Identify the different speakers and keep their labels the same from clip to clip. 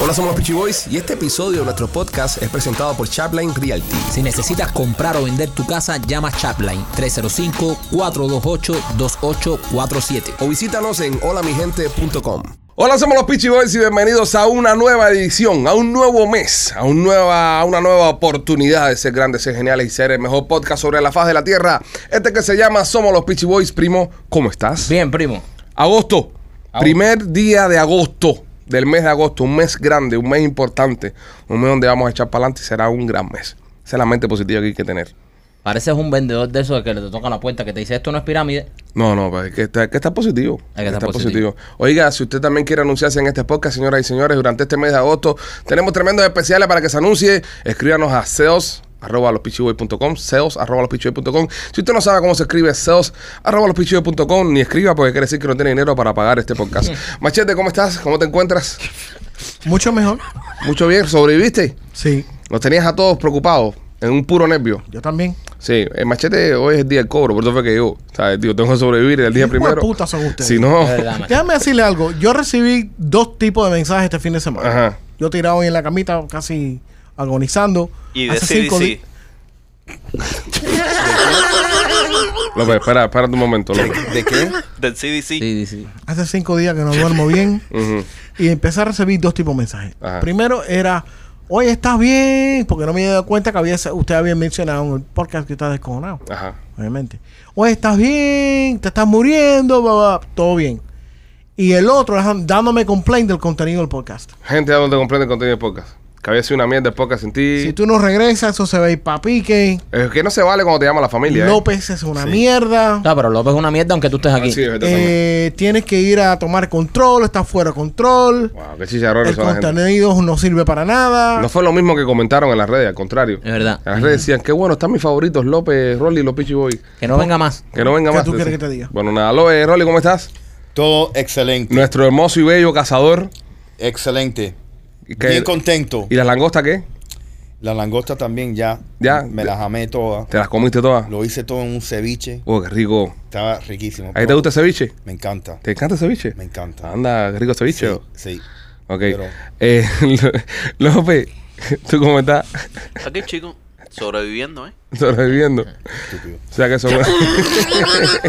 Speaker 1: Hola, somos los Peachy Boys y este episodio de nuestro podcast es presentado por Chapline Realty.
Speaker 2: Si necesitas comprar o vender tu casa, llama Chapline 305-428-2847.
Speaker 1: O visítanos en holamigente.com. Hola, somos los Peachy Boys y bienvenidos a una nueva edición, a un nuevo mes, a, un nueva, a una nueva oportunidad de ser grandes, ser geniales y ser el mejor podcast sobre la faz de la tierra. Este que se llama Somos los Peachy Boys. Primo, ¿cómo estás?
Speaker 3: Bien, primo.
Speaker 1: Agosto, primer día de agosto, del mes de agosto, un mes grande, un mes importante, un mes donde vamos a echar para adelante y será un gran mes. Esa es la mente positiva que hay que tener.
Speaker 3: Pareces un vendedor de esos que le toca la puerta que te dice esto no es pirámide.
Speaker 1: No, no, pues, que está, que está positivo.
Speaker 3: Hay que estar positivo.
Speaker 1: Oiga, si usted también quiere anunciarse en este podcast, señoras y señores, durante este mes de agosto tenemos tremendos especiales para que se anuncie. Escríbanos a seos arroba lospitchyboy.com, seos arroba lospitchyboy.com. Si usted no sabe cómo se escribe seos arroba lospitchyboy.com, ni escriba porque quiere decir que no tiene dinero para pagar este podcast. Machete, ¿cómo estás? ¿Cómo te encuentras?
Speaker 4: Mucho mejor.
Speaker 1: Mucho bien, ¿sobreviviste?
Speaker 4: Sí.
Speaker 1: Nos tenías a todos preocupados, en un puro nervio.
Speaker 4: Yo también.
Speaker 1: Sí, el machete hoy es el día del cobro, por eso fue que yo, ¿sabes? Digo, tengo que sobrevivir el día
Speaker 4: Hijo de
Speaker 1: primero.
Speaker 4: puta son ustedes.
Speaker 1: Si no,
Speaker 3: verdad, man.
Speaker 4: Déjame decirle algo. Yo recibí dos tipos de mensajes este fin de semana.
Speaker 1: Ajá.
Speaker 4: Yo tirado hoy en la camita, casi agonizando.
Speaker 5: Y de
Speaker 4: Hace cinco di-
Speaker 5: CDC.
Speaker 1: López, espera, espera un momento, López.
Speaker 5: ¿De qué?
Speaker 4: ¿Eh?
Speaker 5: Del CDC.
Speaker 3: Sí, sí, sí.
Speaker 4: Hace cinco días que no duermo bien.
Speaker 1: Ujú.
Speaker 4: Y empecé a recibir dos tipos de mensajes.
Speaker 1: Ajá.
Speaker 4: Primero era, oye, ¿estás bien? Porque no me había dado cuenta que había, usted había mencionado en el podcast que está descojonado.
Speaker 1: Ajá.
Speaker 4: obviamente. Oye, ¿estás bien? ¿Te estás muriendo? Bla, bla, bla. Todo bien. Y el otro es dándome complaint del contenido del podcast.
Speaker 1: Gente, ¿a dónde comprende el contenido de podcast? Que había sido una mierda el podcast sin ti.
Speaker 4: Si tú no regresas, eso se va a ir pa' pique.
Speaker 1: Es que no se vale cuando te llama la familia. ¿eh?
Speaker 4: López es una mierda.
Speaker 3: No, pero López es una mierda aunque tú estés
Speaker 1: Ah,
Speaker 3: aquí.
Speaker 1: sí, es verdad también.
Speaker 4: Eh, tienes que ir a tomar control, está fuera de control.
Speaker 1: Wow, qué chicharrones
Speaker 4: El
Speaker 1: son la gente.
Speaker 4: contenido no sirve para nada.
Speaker 1: No fue lo mismo que comentaron en las redes, al contrario.
Speaker 3: Es verdad.
Speaker 1: En las redes decían, qué bueno, están mis favoritos, López, Rolly, los Pichi Boy.
Speaker 3: Que no venga más.
Speaker 1: Que no venga
Speaker 4: ¿Qué
Speaker 1: más.
Speaker 4: tú quieres
Speaker 1: decían.
Speaker 4: que te diga?
Speaker 1: Bueno, nada, López, Rolly, ¿cómo estás?
Speaker 6: Todo excelente,
Speaker 1: Nuestro hermoso y bello cazador.
Speaker 6: excelente.
Speaker 1: Y que-
Speaker 6: Bien contento.
Speaker 1: ¿Y las langostas qué?
Speaker 6: La langosta también ya.
Speaker 1: Ya.
Speaker 6: Me la jamé toda.
Speaker 1: ¿Te las comiste todas?
Speaker 6: Lo hice todo en un ceviche.
Speaker 1: Oh, qué rico.
Speaker 6: Estaba riquísimo.
Speaker 1: ¿A ti te gusta Ah, el ceviche?
Speaker 6: Me encanta.
Speaker 1: ¿Te encanta el ceviche?
Speaker 6: Me encanta.
Speaker 1: Anda, qué rico ceviche.
Speaker 6: Sí, sí.
Speaker 1: Ok.
Speaker 6: Pero-
Speaker 1: Eh, López, ¿tú cómo estás
Speaker 5: Aquí, chico. Sobreviviendo, ¿eh?
Speaker 1: sobreviviendo?
Speaker 6: Estúpido.
Speaker 1: O sea que eso es una...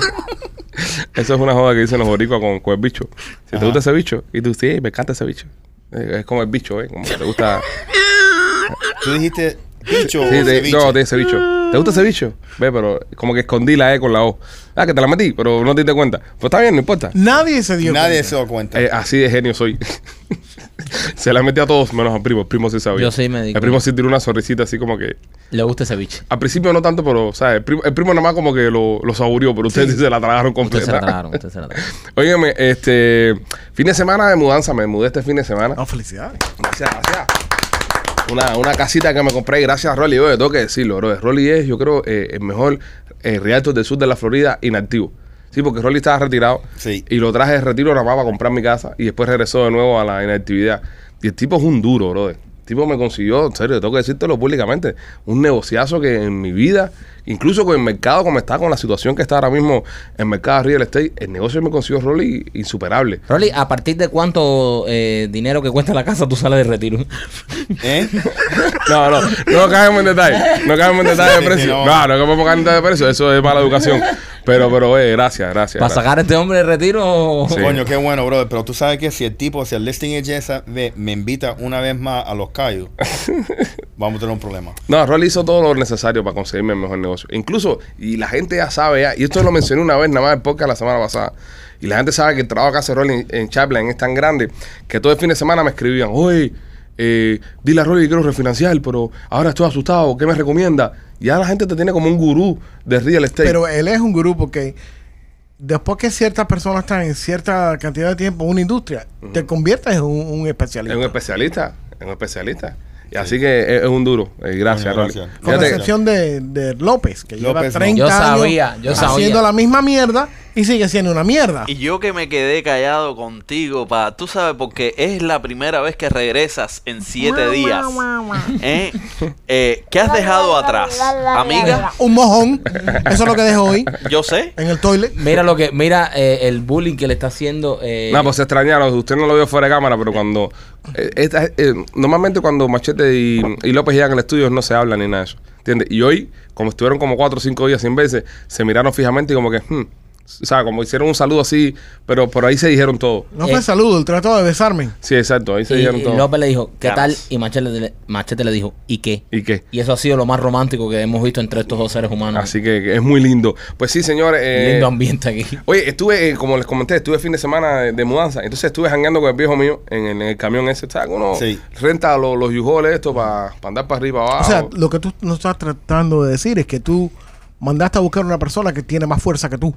Speaker 1: eso es una joda que dicen los boricuas con, con el bicho. Si te
Speaker 6: Ajá.
Speaker 1: gusta ese bicho, y tú, sí, me encanta ese bicho. Eh, Es como el bicho, ¿eh? Como que te gusta...
Speaker 6: Tú dijiste bicho o
Speaker 1: Sí, te-
Speaker 6: ceviche.
Speaker 1: no, de ese bicho. ¿Te gusta ese bicho? Ve, pero como que escondí la E con la O. Ah, que te la metí, pero no te diste cuenta. Pues está bien, no importa.
Speaker 4: Nadie se dio
Speaker 6: Nadie
Speaker 4: cuenta.
Speaker 6: se da cuenta.
Speaker 1: Eh, así de genio soy. Se la metí a todos menos al primo. El primo sí sabía.
Speaker 3: Yo sí me di
Speaker 1: El primo sí tiró una sonrisita así como que...
Speaker 3: Le gusta ese bicho.
Speaker 1: Al principio no tanto, pero, ¿sabes? El primo, el primo nada más como que lo, lo saboreó, pero ustedes sí se la tragaron completa.
Speaker 3: Ustedes se la tragaron, ustedes se la tragaron.
Speaker 1: Óigame, este... Fin de semana de mudanza. Me mudé este fin de semana.
Speaker 4: No, felicidades.
Speaker 1: Gracias, gracias. Una, una casita que me compré gracias a Rolly. Oye, tengo que decirlo, bro. Rolly es, yo creo, eh, el mejor eh, realtor del sur de la Florida inactivo. Sí, porque Rolly estaba retirado.
Speaker 6: Sí.
Speaker 1: Y lo traje de retiro nada más para comprar mi casa. Y después regresó de nuevo a la inactividad. Y el tipo es un duro, bro. El tipo me consiguió, en serio, tengo que decírtelo públicamente, un negociazo que en mi vida, incluso con el mercado como está, con la situación que está ahora mismo en el mercado de real estate, el negocio que me consiguió Rolly insuperable.
Speaker 3: Rolly, ¿a partir de cuánto eh, dinero que cuesta la casa tú sales de retiro?
Speaker 6: ¿Eh?
Speaker 1: No, no, no caemos en detalle. No caemos en detalle de precio.
Speaker 6: No.
Speaker 1: No, no podemos caer en detalle de precio. Eso es mala educación. Pero, pero, eh, gracias, gracias.
Speaker 3: ¿Para
Speaker 1: gracias.
Speaker 3: sacar a este hombre de retiro?
Speaker 1: Sí.
Speaker 6: Coño, qué bueno, brother. Pero tú sabes que si el tipo, si el listing es esa, ve, me invita una vez más a los callos, vamos a tener un problema.
Speaker 1: No, Rolly hizo todo lo necesario para conseguirme el mejor negocio. Incluso, y la gente ya sabe, ya, y esto lo mencioné una vez nada más en el podcast la semana pasada. Y la gente sabe que el trabajo que hace Rolly en, en Chaplin es tan grande que todo el fin de semana me escribían, oye, eh, dile a Rolly que quiero refinanciar, pero ahora estoy asustado, ¿qué me recomienda? Ya la gente te tiene como un gurú de real estate.
Speaker 4: Pero él es un grupo que después que ciertas personas están en cierta cantidad de tiempo en una industria, te conviertes en un, un especialista.
Speaker 1: Es un especialista, es un especialista. Y así que es, es un duro. Eh, gracias,
Speaker 6: Coño,
Speaker 1: Rolly.
Speaker 6: gracias.
Speaker 4: Con
Speaker 1: Fíjate-
Speaker 4: excepción de, de López, que lleva
Speaker 6: López no.
Speaker 4: 30
Speaker 3: Yo sabía,
Speaker 4: años
Speaker 3: yo
Speaker 4: haciendo
Speaker 3: sabía.
Speaker 4: la misma mierda y sigue siendo una mierda.
Speaker 5: Y yo que me quedé callado contigo, pa, tú sabes, porque es la primera vez que regresas en siete días. ¿eh? Eh, ¿Qué has dejado atrás, amiga?
Speaker 4: Un mojón. Eso es lo que dejo hoy
Speaker 5: Yo sé.
Speaker 4: en el toilet.
Speaker 3: Mira lo que, mira eh, el bullying que le está haciendo. eh,
Speaker 1: No, pues se extrañaron. Usted no lo vio fuera de cámara, pero cuando. eh, esta- eh, normalmente cuando Machete y, y López llegan al estudio no se hablan ni nada de eso. ¿Entiendes? Y hoy, como estuvieron como cuatro o cinco días sin verse, se miraron fijamente y como que. hmm, o sea, como hicieron un saludo así, pero por ahí se dijeron todo.
Speaker 4: No fue
Speaker 3: Eh.
Speaker 4: saludo, el trato de besarme.
Speaker 1: Sí, exacto, ahí se
Speaker 3: y,
Speaker 1: dijeron
Speaker 3: y
Speaker 1: todo.
Speaker 3: López le dijo, ¿qué tal?
Speaker 5: Ganas.
Speaker 3: Y Machete le, Machete le dijo, ¿y qué?
Speaker 1: ¿Y qué?
Speaker 3: Y eso ha sido lo más romántico que hemos visto entre estos dos seres humanos.
Speaker 1: Así que que es muy lindo. Pues sí, señores. eh,
Speaker 3: Lindo ambiente aquí.
Speaker 1: Oye, estuve, eh, como les comenté, estuve fin de semana de, de mudanza. Entonces estuve jangueando con el viejo mío en, el- en el camión ese. ¿Sabes? Uno
Speaker 6: Sí.
Speaker 1: renta los, los yujoles estos para andar para arriba,
Speaker 4: O
Speaker 1: abajo.
Speaker 4: sea, lo que tú nos estás tratando de decir es que tú mandaste a buscar una persona que tiene más fuerza que tú.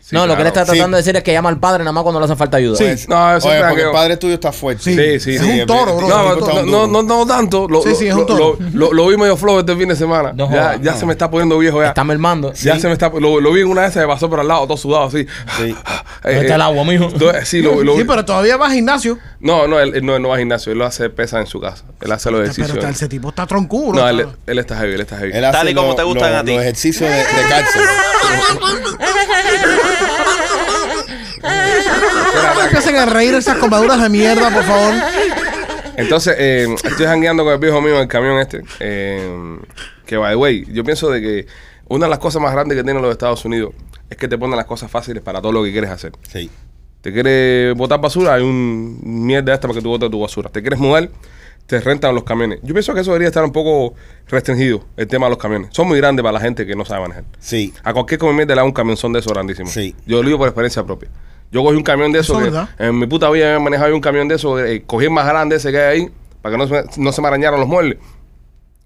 Speaker 1: Sí,
Speaker 3: no, lo que le
Speaker 1: claro.
Speaker 3: está tratando de decir es que llama al padre nada más cuando le hace falta ayuda.
Speaker 4: Sí.
Speaker 6: Oye,
Speaker 1: No, eso
Speaker 6: Pues, oye,
Speaker 1: es
Speaker 6: porque
Speaker 1: tranquilo.
Speaker 6: el padre tuyo está fuerte.
Speaker 4: Sí,
Speaker 1: Sí, sí.
Speaker 4: Es un
Speaker 6: el-
Speaker 4: toro, bro.
Speaker 6: el tipo
Speaker 1: No,
Speaker 6: está
Speaker 1: no,
Speaker 6: un
Speaker 1: no,
Speaker 6: duro.
Speaker 1: no, no tanto. Lo,
Speaker 4: Sí,
Speaker 1: lo-
Speaker 4: sí, es
Speaker 1: lo-
Speaker 4: un toro.
Speaker 1: Lo, lo- lo vi medio flojo este fin de semana.
Speaker 3: No
Speaker 1: ya
Speaker 3: jodas,
Speaker 1: ya
Speaker 3: no.
Speaker 1: se me está poniendo viejo ya.
Speaker 3: Está mermando.
Speaker 1: Ya se me está. Lo, lo vi en una vez, se me pasó por al lado, todo sudado así.
Speaker 6: Sí.
Speaker 1: eh,
Speaker 3: ¿Dónde está el agua, mijo?
Speaker 1: do- Sí, lo, lo
Speaker 4: Sí,
Speaker 1: vi.
Speaker 4: pero todavía vas al gimnasio.
Speaker 1: No, no, él, él no, no va al gimnasio. Él lo hace pesa en su casa. Él hace los
Speaker 4: Pero
Speaker 1: ejercicios.
Speaker 4: está- ese tipo está troncudo.
Speaker 1: no,
Speaker 4: bro.
Speaker 1: él, él está heavy, él está heavy.
Speaker 6: Él hace
Speaker 5: Tal y como
Speaker 6: lo-
Speaker 5: te gustan
Speaker 6: lo-
Speaker 5: a ti.
Speaker 6: Los ejercicios de, de cárcel.
Speaker 4: No me empiecen a reír esas comaduras de mierda, por favor.
Speaker 1: Entonces, eh, estoy jangueando con el viejo mío en el camión este. eh, que, by the way, yo pienso de que una de las cosas más grandes que tienen los Estados Unidos es que te ponen las cosas fáciles para todo lo que quieres hacer.
Speaker 6: Sí.
Speaker 1: Te quieres botar basura, hay un mierda esta para que tú botes tu basura. Te quieres mudar, te rentan los camiones. Yo pienso que eso debería estar un poco restringido, el tema de los camiones. Son muy grandes para la gente que no sabe manejar.
Speaker 6: Sí.
Speaker 1: A cualquier comida le da un camionzón de esos grandísimo.
Speaker 6: Sí.
Speaker 1: Yo lo digo por experiencia propia. Yo cogí un camión de
Speaker 4: Eso
Speaker 1: esos.
Speaker 4: es
Speaker 1: que
Speaker 4: verdad.
Speaker 1: En mi puta vida había manejado un camión de esos. eh, cogí el más grande ese que hay ahí para que no se, no se me arañaran los muebles.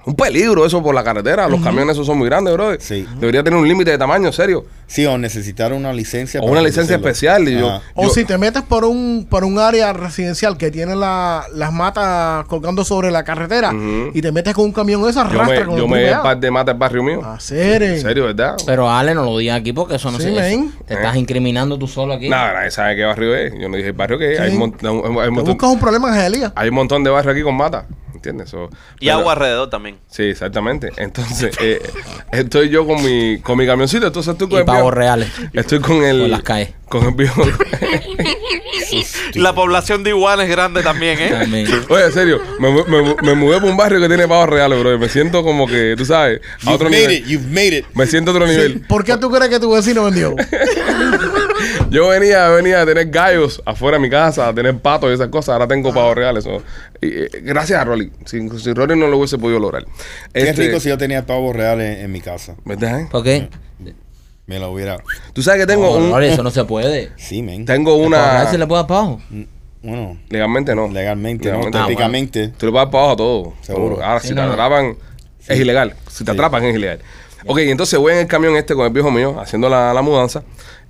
Speaker 1: Un peligro eso por la carretera. Los camiones esos son muy grandes, brother.
Speaker 6: Sí.
Speaker 1: Debería tener un límite de tamaño, serio.
Speaker 6: Sí, o necesitar una licencia.
Speaker 1: O
Speaker 6: para
Speaker 1: una licencia
Speaker 6: conducirlo.
Speaker 1: especial. Y yo,
Speaker 6: Ajá.
Speaker 4: O
Speaker 1: yo-
Speaker 4: si te metes por un por un área residencial que tiene la- las matas colgando sobre la carretera
Speaker 1: Ujú.
Speaker 4: y te metes con un camión de esas
Speaker 1: yo
Speaker 4: arrastra
Speaker 1: me,
Speaker 4: con
Speaker 1: yo
Speaker 4: el
Speaker 1: me
Speaker 4: primer
Speaker 1: el par de mata al barrio mío.
Speaker 4: A ser, eh.
Speaker 1: En serio, ¿verdad?
Speaker 3: Pero Ale, no lo digas aquí porque eso no
Speaker 4: Sí,
Speaker 3: se
Speaker 4: men.
Speaker 3: Te
Speaker 1: Eh.
Speaker 3: estás incriminando tú solo aquí.
Speaker 1: Nada, nadie sabe qué barrio es. Yo no dije el barrio que es. Hay,
Speaker 4: Sí.
Speaker 1: un mon- hay un- hay un
Speaker 4: eh. Te
Speaker 1: montón,
Speaker 4: buscas un problema en Angelía.
Speaker 1: hay un montón de barrios aquí con mata. ¿Entiendes? So,
Speaker 5: Y
Speaker 1: pero-
Speaker 5: agua alrededor también.
Speaker 1: Sí, exactamente. Entonces, eh, estoy yo con mi, con mi camioncito. Entonces estoy con
Speaker 3: Y
Speaker 1: el viejo-
Speaker 3: pavos reales.
Speaker 1: Estoy con el.
Speaker 3: Por las calles.
Speaker 1: Con el viejo.
Speaker 5: La población de iguana es grande también, ¿eh?
Speaker 3: Amén.
Speaker 1: Oye, en serio, me, mu- me mu- me mudé por un barrio que tiene pavos reales, bro. Me siento como que, tú sabes, a
Speaker 6: You've
Speaker 1: otro
Speaker 6: made
Speaker 1: nivel.
Speaker 6: it. You've made it.
Speaker 1: Me siento a otro nivel.
Speaker 4: ¿Por qué tú crees que tu vecino vendió?
Speaker 1: Yo venía, venía a tener gallos afuera de mi casa, a tener patos y esas cosas. Ahora tengo pavos reales. so. Y, eh, gracias a Rolly. Si, si Rolly no lo hubiese podido lograr.
Speaker 6: Qué
Speaker 1: Este,
Speaker 6: rico si yo tenía pavos reales en, en mi casa.
Speaker 1: ¿Verdad? eh?
Speaker 3: ¿Por qué?
Speaker 6: Me lo hubiera.
Speaker 1: Tú sabes que tengo
Speaker 3: No,
Speaker 1: un-
Speaker 3: no, eso no se puede.
Speaker 6: Sí, men.
Speaker 1: tengo
Speaker 3: Para
Speaker 1: una.
Speaker 3: ver si le puedo dar para abajo.
Speaker 6: Bueno,
Speaker 1: Legalmente no.
Speaker 6: legalmente, no,
Speaker 1: Legalmente. Ah,
Speaker 6: técnicamente.
Speaker 1: Tú le vas para abajo a todo.
Speaker 6: Seguro.
Speaker 1: Seguro. Ahora,
Speaker 3: Sí,
Speaker 1: si
Speaker 3: no,
Speaker 1: te
Speaker 3: no.
Speaker 1: atrapan, es ilegal. Si te atrapan, es ilegal. Ok, entonces voy en el camión este con el viejo mío, haciendo la, la mudanza,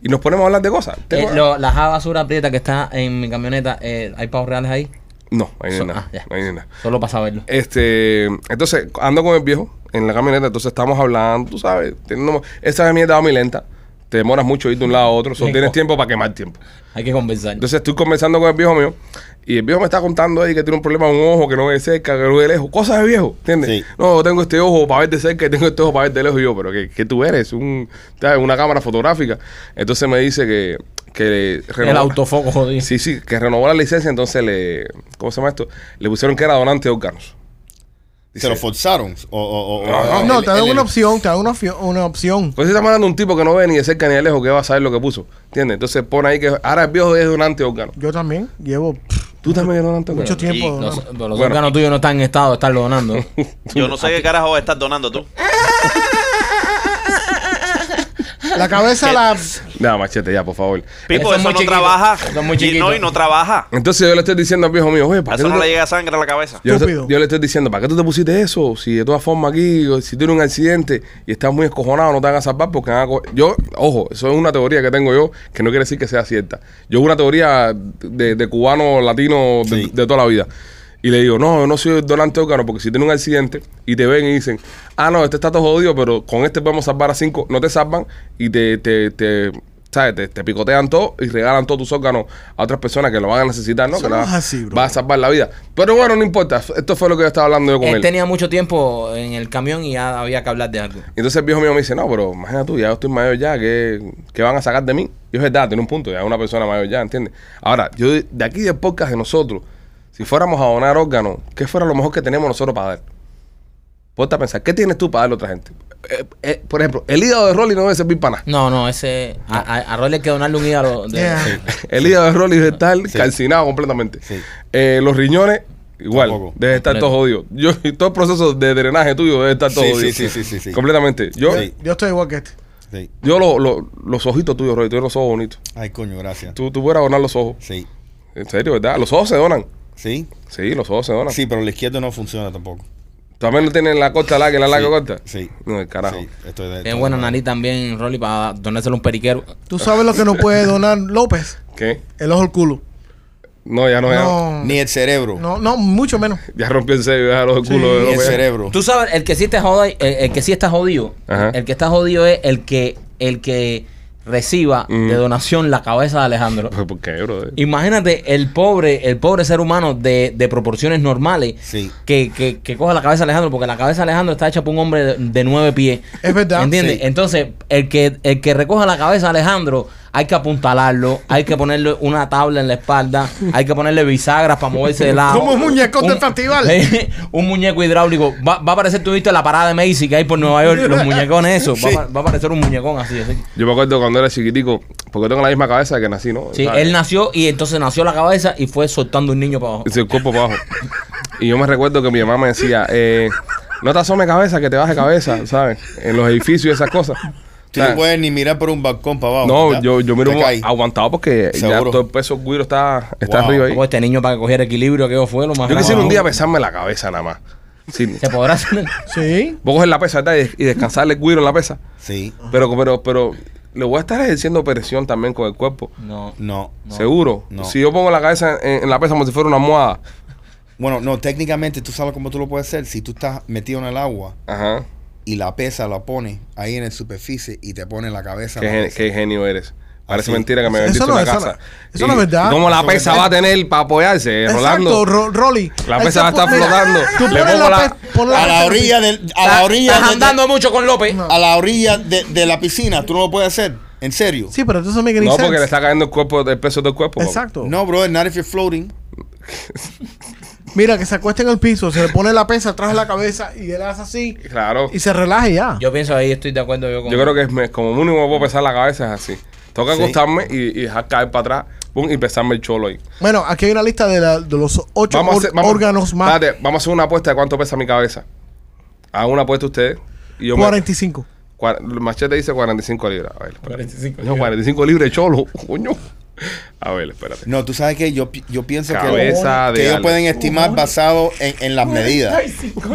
Speaker 1: y nos ponemos a hablar de cosas.
Speaker 3: Eh,
Speaker 1: Tengo-
Speaker 3: lo- la java basura prieta que está en mi camioneta, eh, ¿hay pavos reales ahí?
Speaker 1: No, ahí no hay
Speaker 3: So-
Speaker 1: nada.
Speaker 3: ah, ya.
Speaker 1: No hay nada.
Speaker 3: Solo para saberlo.
Speaker 1: Este, entonces ando con el viejo en la camioneta, entonces estamos hablando, tú sabes, teniendo, esa mierda va muy lenta, te demoras mucho ir de un lado a otro, solo
Speaker 3: Lejos.
Speaker 1: tienes tiempo para quemar tiempo.
Speaker 3: Hay que conversar.
Speaker 1: Entonces estoy conversando con el viejo mío y el viejo me está contando ahí que tiene un problema en un ojo, que no ve de cerca, que no ve de lejos, cosas de viejo, ¿entiendes?
Speaker 6: Sí.
Speaker 1: No, tengo este ojo para ver de cerca y tengo este ojo para ver de lejos y yo, pero que, que tú eres, un, ¿sabes? una cámara fotográfica. Entonces me dice que... que
Speaker 3: el
Speaker 1: renovó-
Speaker 3: autofoco, jodido.
Speaker 1: Sí, sí, que renovó la licencia, entonces le... ¿Cómo se llama esto? Le pusieron que era donante de órganos.
Speaker 6: ¿Se lo forzaron? O, o- o-
Speaker 1: Ah,
Speaker 6: o-
Speaker 4: No,
Speaker 6: el-
Speaker 4: te dan
Speaker 6: el-
Speaker 4: una opción, te dan una, opción- una opción.
Speaker 1: Pues se está mandando un tipo que no ve ni de cerca ni de lejos que va a saber lo que puso. ¿Entiendes? Entonces pone ahí que ahora el viejo es donante de órgano.
Speaker 4: Yo también llevo pff,
Speaker 1: Tú también eres donante de
Speaker 4: mucho
Speaker 1: órgano.
Speaker 4: tiempo.
Speaker 5: Y
Speaker 4: ¿no?
Speaker 3: Los, pero los
Speaker 1: Bueno.
Speaker 3: órganos tuyos no están en estado de estarlo donando.
Speaker 5: Yo no sé qué carajo estás donando tú.
Speaker 4: La cabeza la...
Speaker 1: No, machete, ya, por favor.
Speaker 5: Pipo,
Speaker 3: Eso
Speaker 5: eso,
Speaker 3: es muy
Speaker 5: no
Speaker 3: chiquito. Eso
Speaker 5: trabaja.
Speaker 3: es muy
Speaker 5: y no,
Speaker 3: chiquito.
Speaker 5: y no trabaja.
Speaker 1: Entonces yo le estoy diciendo al viejo mío, oye,
Speaker 5: A
Speaker 1: ¿para qué
Speaker 5: eso no
Speaker 1: tú
Speaker 5: le
Speaker 1: te-
Speaker 5: llega sangre a la cabeza.
Speaker 1: yo, le estoy-
Speaker 4: Estúpido.
Speaker 1: yo le estoy diciendo, ¿para qué tú te pusiste eso? Si de todas formas aquí, o si tienes un accidente y estás muy escojonado, no te van a salvar porque van a co- Yo, ojo, eso es una teoría que tengo yo que no quiere decir que sea cierta. Yo una teoría de, de cubano, latino, de,
Speaker 6: Sí.
Speaker 1: de toda la vida. Y le digo, no, yo no soy donante de órgano porque si tienes un accidente y te ven y dicen, ah, no, este está todo jodido, pero con este podemos salvar a cinco, no te salvan y te, te, te, ¿sabes? Te, te picotean todo y regalan todos tus órganos a otras personas que lo van a necesitar, ¿no?
Speaker 4: Eso
Speaker 1: que
Speaker 4: no
Speaker 1: la-
Speaker 4: es así, bro.
Speaker 1: va a salvar la vida. Pero bueno, no importa. Esto fue lo que yo estaba hablando yo con él.
Speaker 3: Él Eh, tenía mucho tiempo en el camión y ya había que hablar de algo.
Speaker 1: Y Entonces el viejo mío me dice, no, pero imagina tú, ya yo estoy mayor ya, ¿qué, qué van a sacar de mí? Y es verdad, tiene un punto, ya es una persona mayor ya, ¿entiendes? Ahora, yo de de aquí del podcast de nosotros, si fuéramos a donar órganos, ¿qué fuera lo mejor que tenemos nosotros para dar? Ponte a pensar, ¿qué tienes tú para darle a otra gente? Eh, eh, por ejemplo, el hígado de Rolly no debe servir para nada.
Speaker 3: No, no, ese. A, a, a Rolly hay que donarle un hígado. de-
Speaker 4: Yeah.
Speaker 3: sí.
Speaker 1: El hígado de Rolly debe estar
Speaker 6: Sí.
Speaker 1: calcinado completamente.
Speaker 6: Sí.
Speaker 1: Eh, los riñones, igual,
Speaker 6: Tampoco.
Speaker 1: debe estar todo jodido. Yo, y todo el proceso de drenaje tuyo debe estar todo
Speaker 6: Sí, sí,
Speaker 1: jodido.
Speaker 6: sí, sí, sí, sí.
Speaker 1: Completamente. Yo,
Speaker 6: Sí.
Speaker 4: Yo estoy igual que este.
Speaker 6: Sí.
Speaker 1: Yo lo- lo- los ojitos tuyos, Roy, tú tienes los ojos bonitos.
Speaker 6: Ay, coño, gracias.
Speaker 1: Tú, tú puedes donar los ojos.
Speaker 6: Sí.
Speaker 1: En serio, ¿verdad? Los ojos se donan.
Speaker 6: ¿Sí?
Speaker 1: Sí, los ojos se donan.
Speaker 6: Sí, pero la izquierda no funciona tampoco.
Speaker 1: También lo tienen la corta larga y la larga
Speaker 6: Sí,
Speaker 1: corta.
Speaker 6: sí.
Speaker 1: No, el carajo.
Speaker 6: Sí, estoy de-
Speaker 3: Tiene buena nariz también, Rolly, para donárselo a un periquero.
Speaker 4: Tú sabes lo que no puede donar López.
Speaker 1: ¿Qué?
Speaker 4: El ojo al culo.
Speaker 1: No, ya no,
Speaker 4: No,
Speaker 6: Ni el cerebro.
Speaker 4: no, no, mucho menos.
Speaker 1: ya. Ya rompió el sello, ya los
Speaker 4: Sí.
Speaker 1: culos.
Speaker 6: Ni
Speaker 1: de
Speaker 6: el
Speaker 1: los-
Speaker 6: cerebro.
Speaker 3: Tú sabes, el que sí te joda, el, el que sí está jodido,
Speaker 1: Ajá.
Speaker 3: el que está jodido es el que, el que reciba
Speaker 1: Mm.
Speaker 3: de donación la cabeza de Alejandro.
Speaker 1: Pues, ¿Por qué, bro?
Speaker 3: Imagínate el pobre, el pobre ser humano de, de proporciones normales
Speaker 6: Sí.
Speaker 3: que, que, que coja la cabeza de Alejandro, porque la cabeza de Alejandro está hecha por un hombre de, de nueve pies.
Speaker 4: Es verdad.
Speaker 3: ¿Entiendes?
Speaker 6: Sí.
Speaker 3: Entonces, el que, el que recoja la cabeza de Alejandro, hay que apuntalarlo, hay que ponerle una tabla en la espalda, hay que ponerle bisagras para moverse de lado.
Speaker 4: Como un muñeco del festival.
Speaker 3: un muñeco hidráulico. Va, va a parecer, tú viste la parada de Macy que hay por Nueva York, los muñecones esos. Va, a- va a parecer un muñecón así, así.
Speaker 1: Yo me acuerdo cuando era chiquitico, porque tengo la misma cabeza que nací, ¿no?
Speaker 3: Sí,
Speaker 1: ¿Sabes?
Speaker 3: él nació y entonces nació la cabeza y fue soltando un niño para abajo.
Speaker 1: Sí, el cuerpo para abajo. Y yo me recuerdo que mi mamá me decía, eh, no te asome cabeza, que te baje cabeza, ¿sabes? En los edificios y esas cosas.
Speaker 6: Tú no
Speaker 1: ¿Sabes?
Speaker 6: puedes ni mirar por un balcón para abajo.
Speaker 1: No,
Speaker 6: ¿ya?
Speaker 1: yo, yo miro
Speaker 6: Te
Speaker 1: como
Speaker 6: caes.
Speaker 1: aguantado porque ya
Speaker 6: Seguro.
Speaker 1: todo el peso güiro está, está
Speaker 6: Wow.
Speaker 1: arriba ahí.
Speaker 3: Ojo, este niño para que cogiera equilibrio, que fue lo más
Speaker 1: Yo
Speaker 3: grave.
Speaker 1: quisiera un día pesarme la cabeza nada más. Sí.
Speaker 3: Se podrá hacer.
Speaker 4: Sí.
Speaker 1: Voy a coger la pesa ¿verdad? y, des- y descansarle el güiro en la pesa.
Speaker 6: Sí.
Speaker 1: Pero, pero, pero le voy a estar ejerciendo presión también con el cuerpo.
Speaker 3: No.
Speaker 6: No.
Speaker 1: Seguro.
Speaker 6: No.
Speaker 1: Si yo pongo la cabeza en, en la pesa como si fuera una almohada.
Speaker 6: Bueno, no, técnicamente tú sabes cómo tú lo puedes hacer. Si tú estás metido en el agua
Speaker 1: Ajá.
Speaker 6: y la pesa la pones ahí en la superficie y te pones la cabeza.
Speaker 1: Qué,
Speaker 6: en la
Speaker 1: gen-
Speaker 6: pesa.
Speaker 1: qué genio eres. Parece
Speaker 6: Así.
Speaker 1: mentira que me
Speaker 4: Eso
Speaker 1: vendiste
Speaker 4: no,
Speaker 1: una
Speaker 4: eso
Speaker 1: casa.
Speaker 4: no- eso no es verdad.
Speaker 1: ¿Cómo la
Speaker 6: Eso
Speaker 1: pesa
Speaker 6: es
Speaker 1: va a tener para apoyarse, eh,
Speaker 4: Exacto,
Speaker 1: Rolando?
Speaker 4: Ro- Rolly.
Speaker 1: La
Speaker 4: Ahí
Speaker 1: pesa
Speaker 4: se
Speaker 1: va a estar
Speaker 4: pone-
Speaker 1: flotando.
Speaker 4: Tú
Speaker 1: Le
Speaker 4: pones
Speaker 1: pongo
Speaker 4: la,
Speaker 1: la-
Speaker 4: pe- pon la
Speaker 6: A la
Speaker 4: pesa-
Speaker 6: orilla del. A la orilla.
Speaker 3: Estás
Speaker 6: del-
Speaker 3: andando mucho con López.
Speaker 6: a la orilla de, de la piscina. Tú no lo puedes hacer. ¿En serio?
Speaker 4: Sí, pero entonces me
Speaker 1: No, porque le está cayendo el cuerpo, el peso del cuerpo.
Speaker 4: Exacto.
Speaker 6: No, bro, not if you're floating.
Speaker 4: Mira, que se acueste en el piso, se le pone la pesa atrás de la cabeza y él hace así
Speaker 1: Claro.
Speaker 4: y se relaje ya.
Speaker 3: Yo pienso ahí, estoy de acuerdo yo con.
Speaker 1: Yo creo que es me- como mínimo puedo pesar la cabeza es así. Tengo que
Speaker 6: Sí.
Speaker 1: acostarme y, y dejar caer para atrás pum, y pesarme el cholo ahí.
Speaker 4: Bueno, aquí hay una lista de, la- de los ocho
Speaker 1: Vamos a
Speaker 4: or-
Speaker 1: hacer- vamos-
Speaker 4: órganos más.
Speaker 1: Espérate, vamos a hacer una apuesta de cuánto pesa mi cabeza. Hagan una apuesta ustedes. Y yo me-
Speaker 4: 45.
Speaker 1: cua- el machete dice 45 libras. A ver, espérate.
Speaker 3: 45.
Speaker 1: Coño, 45 libras de cholo. Coño. A ver, espérate.
Speaker 6: No, tú sabes que yo, pi- yo pienso
Speaker 1: Cabeza
Speaker 6: que,
Speaker 1: de
Speaker 6: que ellos
Speaker 1: Ale.
Speaker 6: pueden estimar basado en, en las medidas.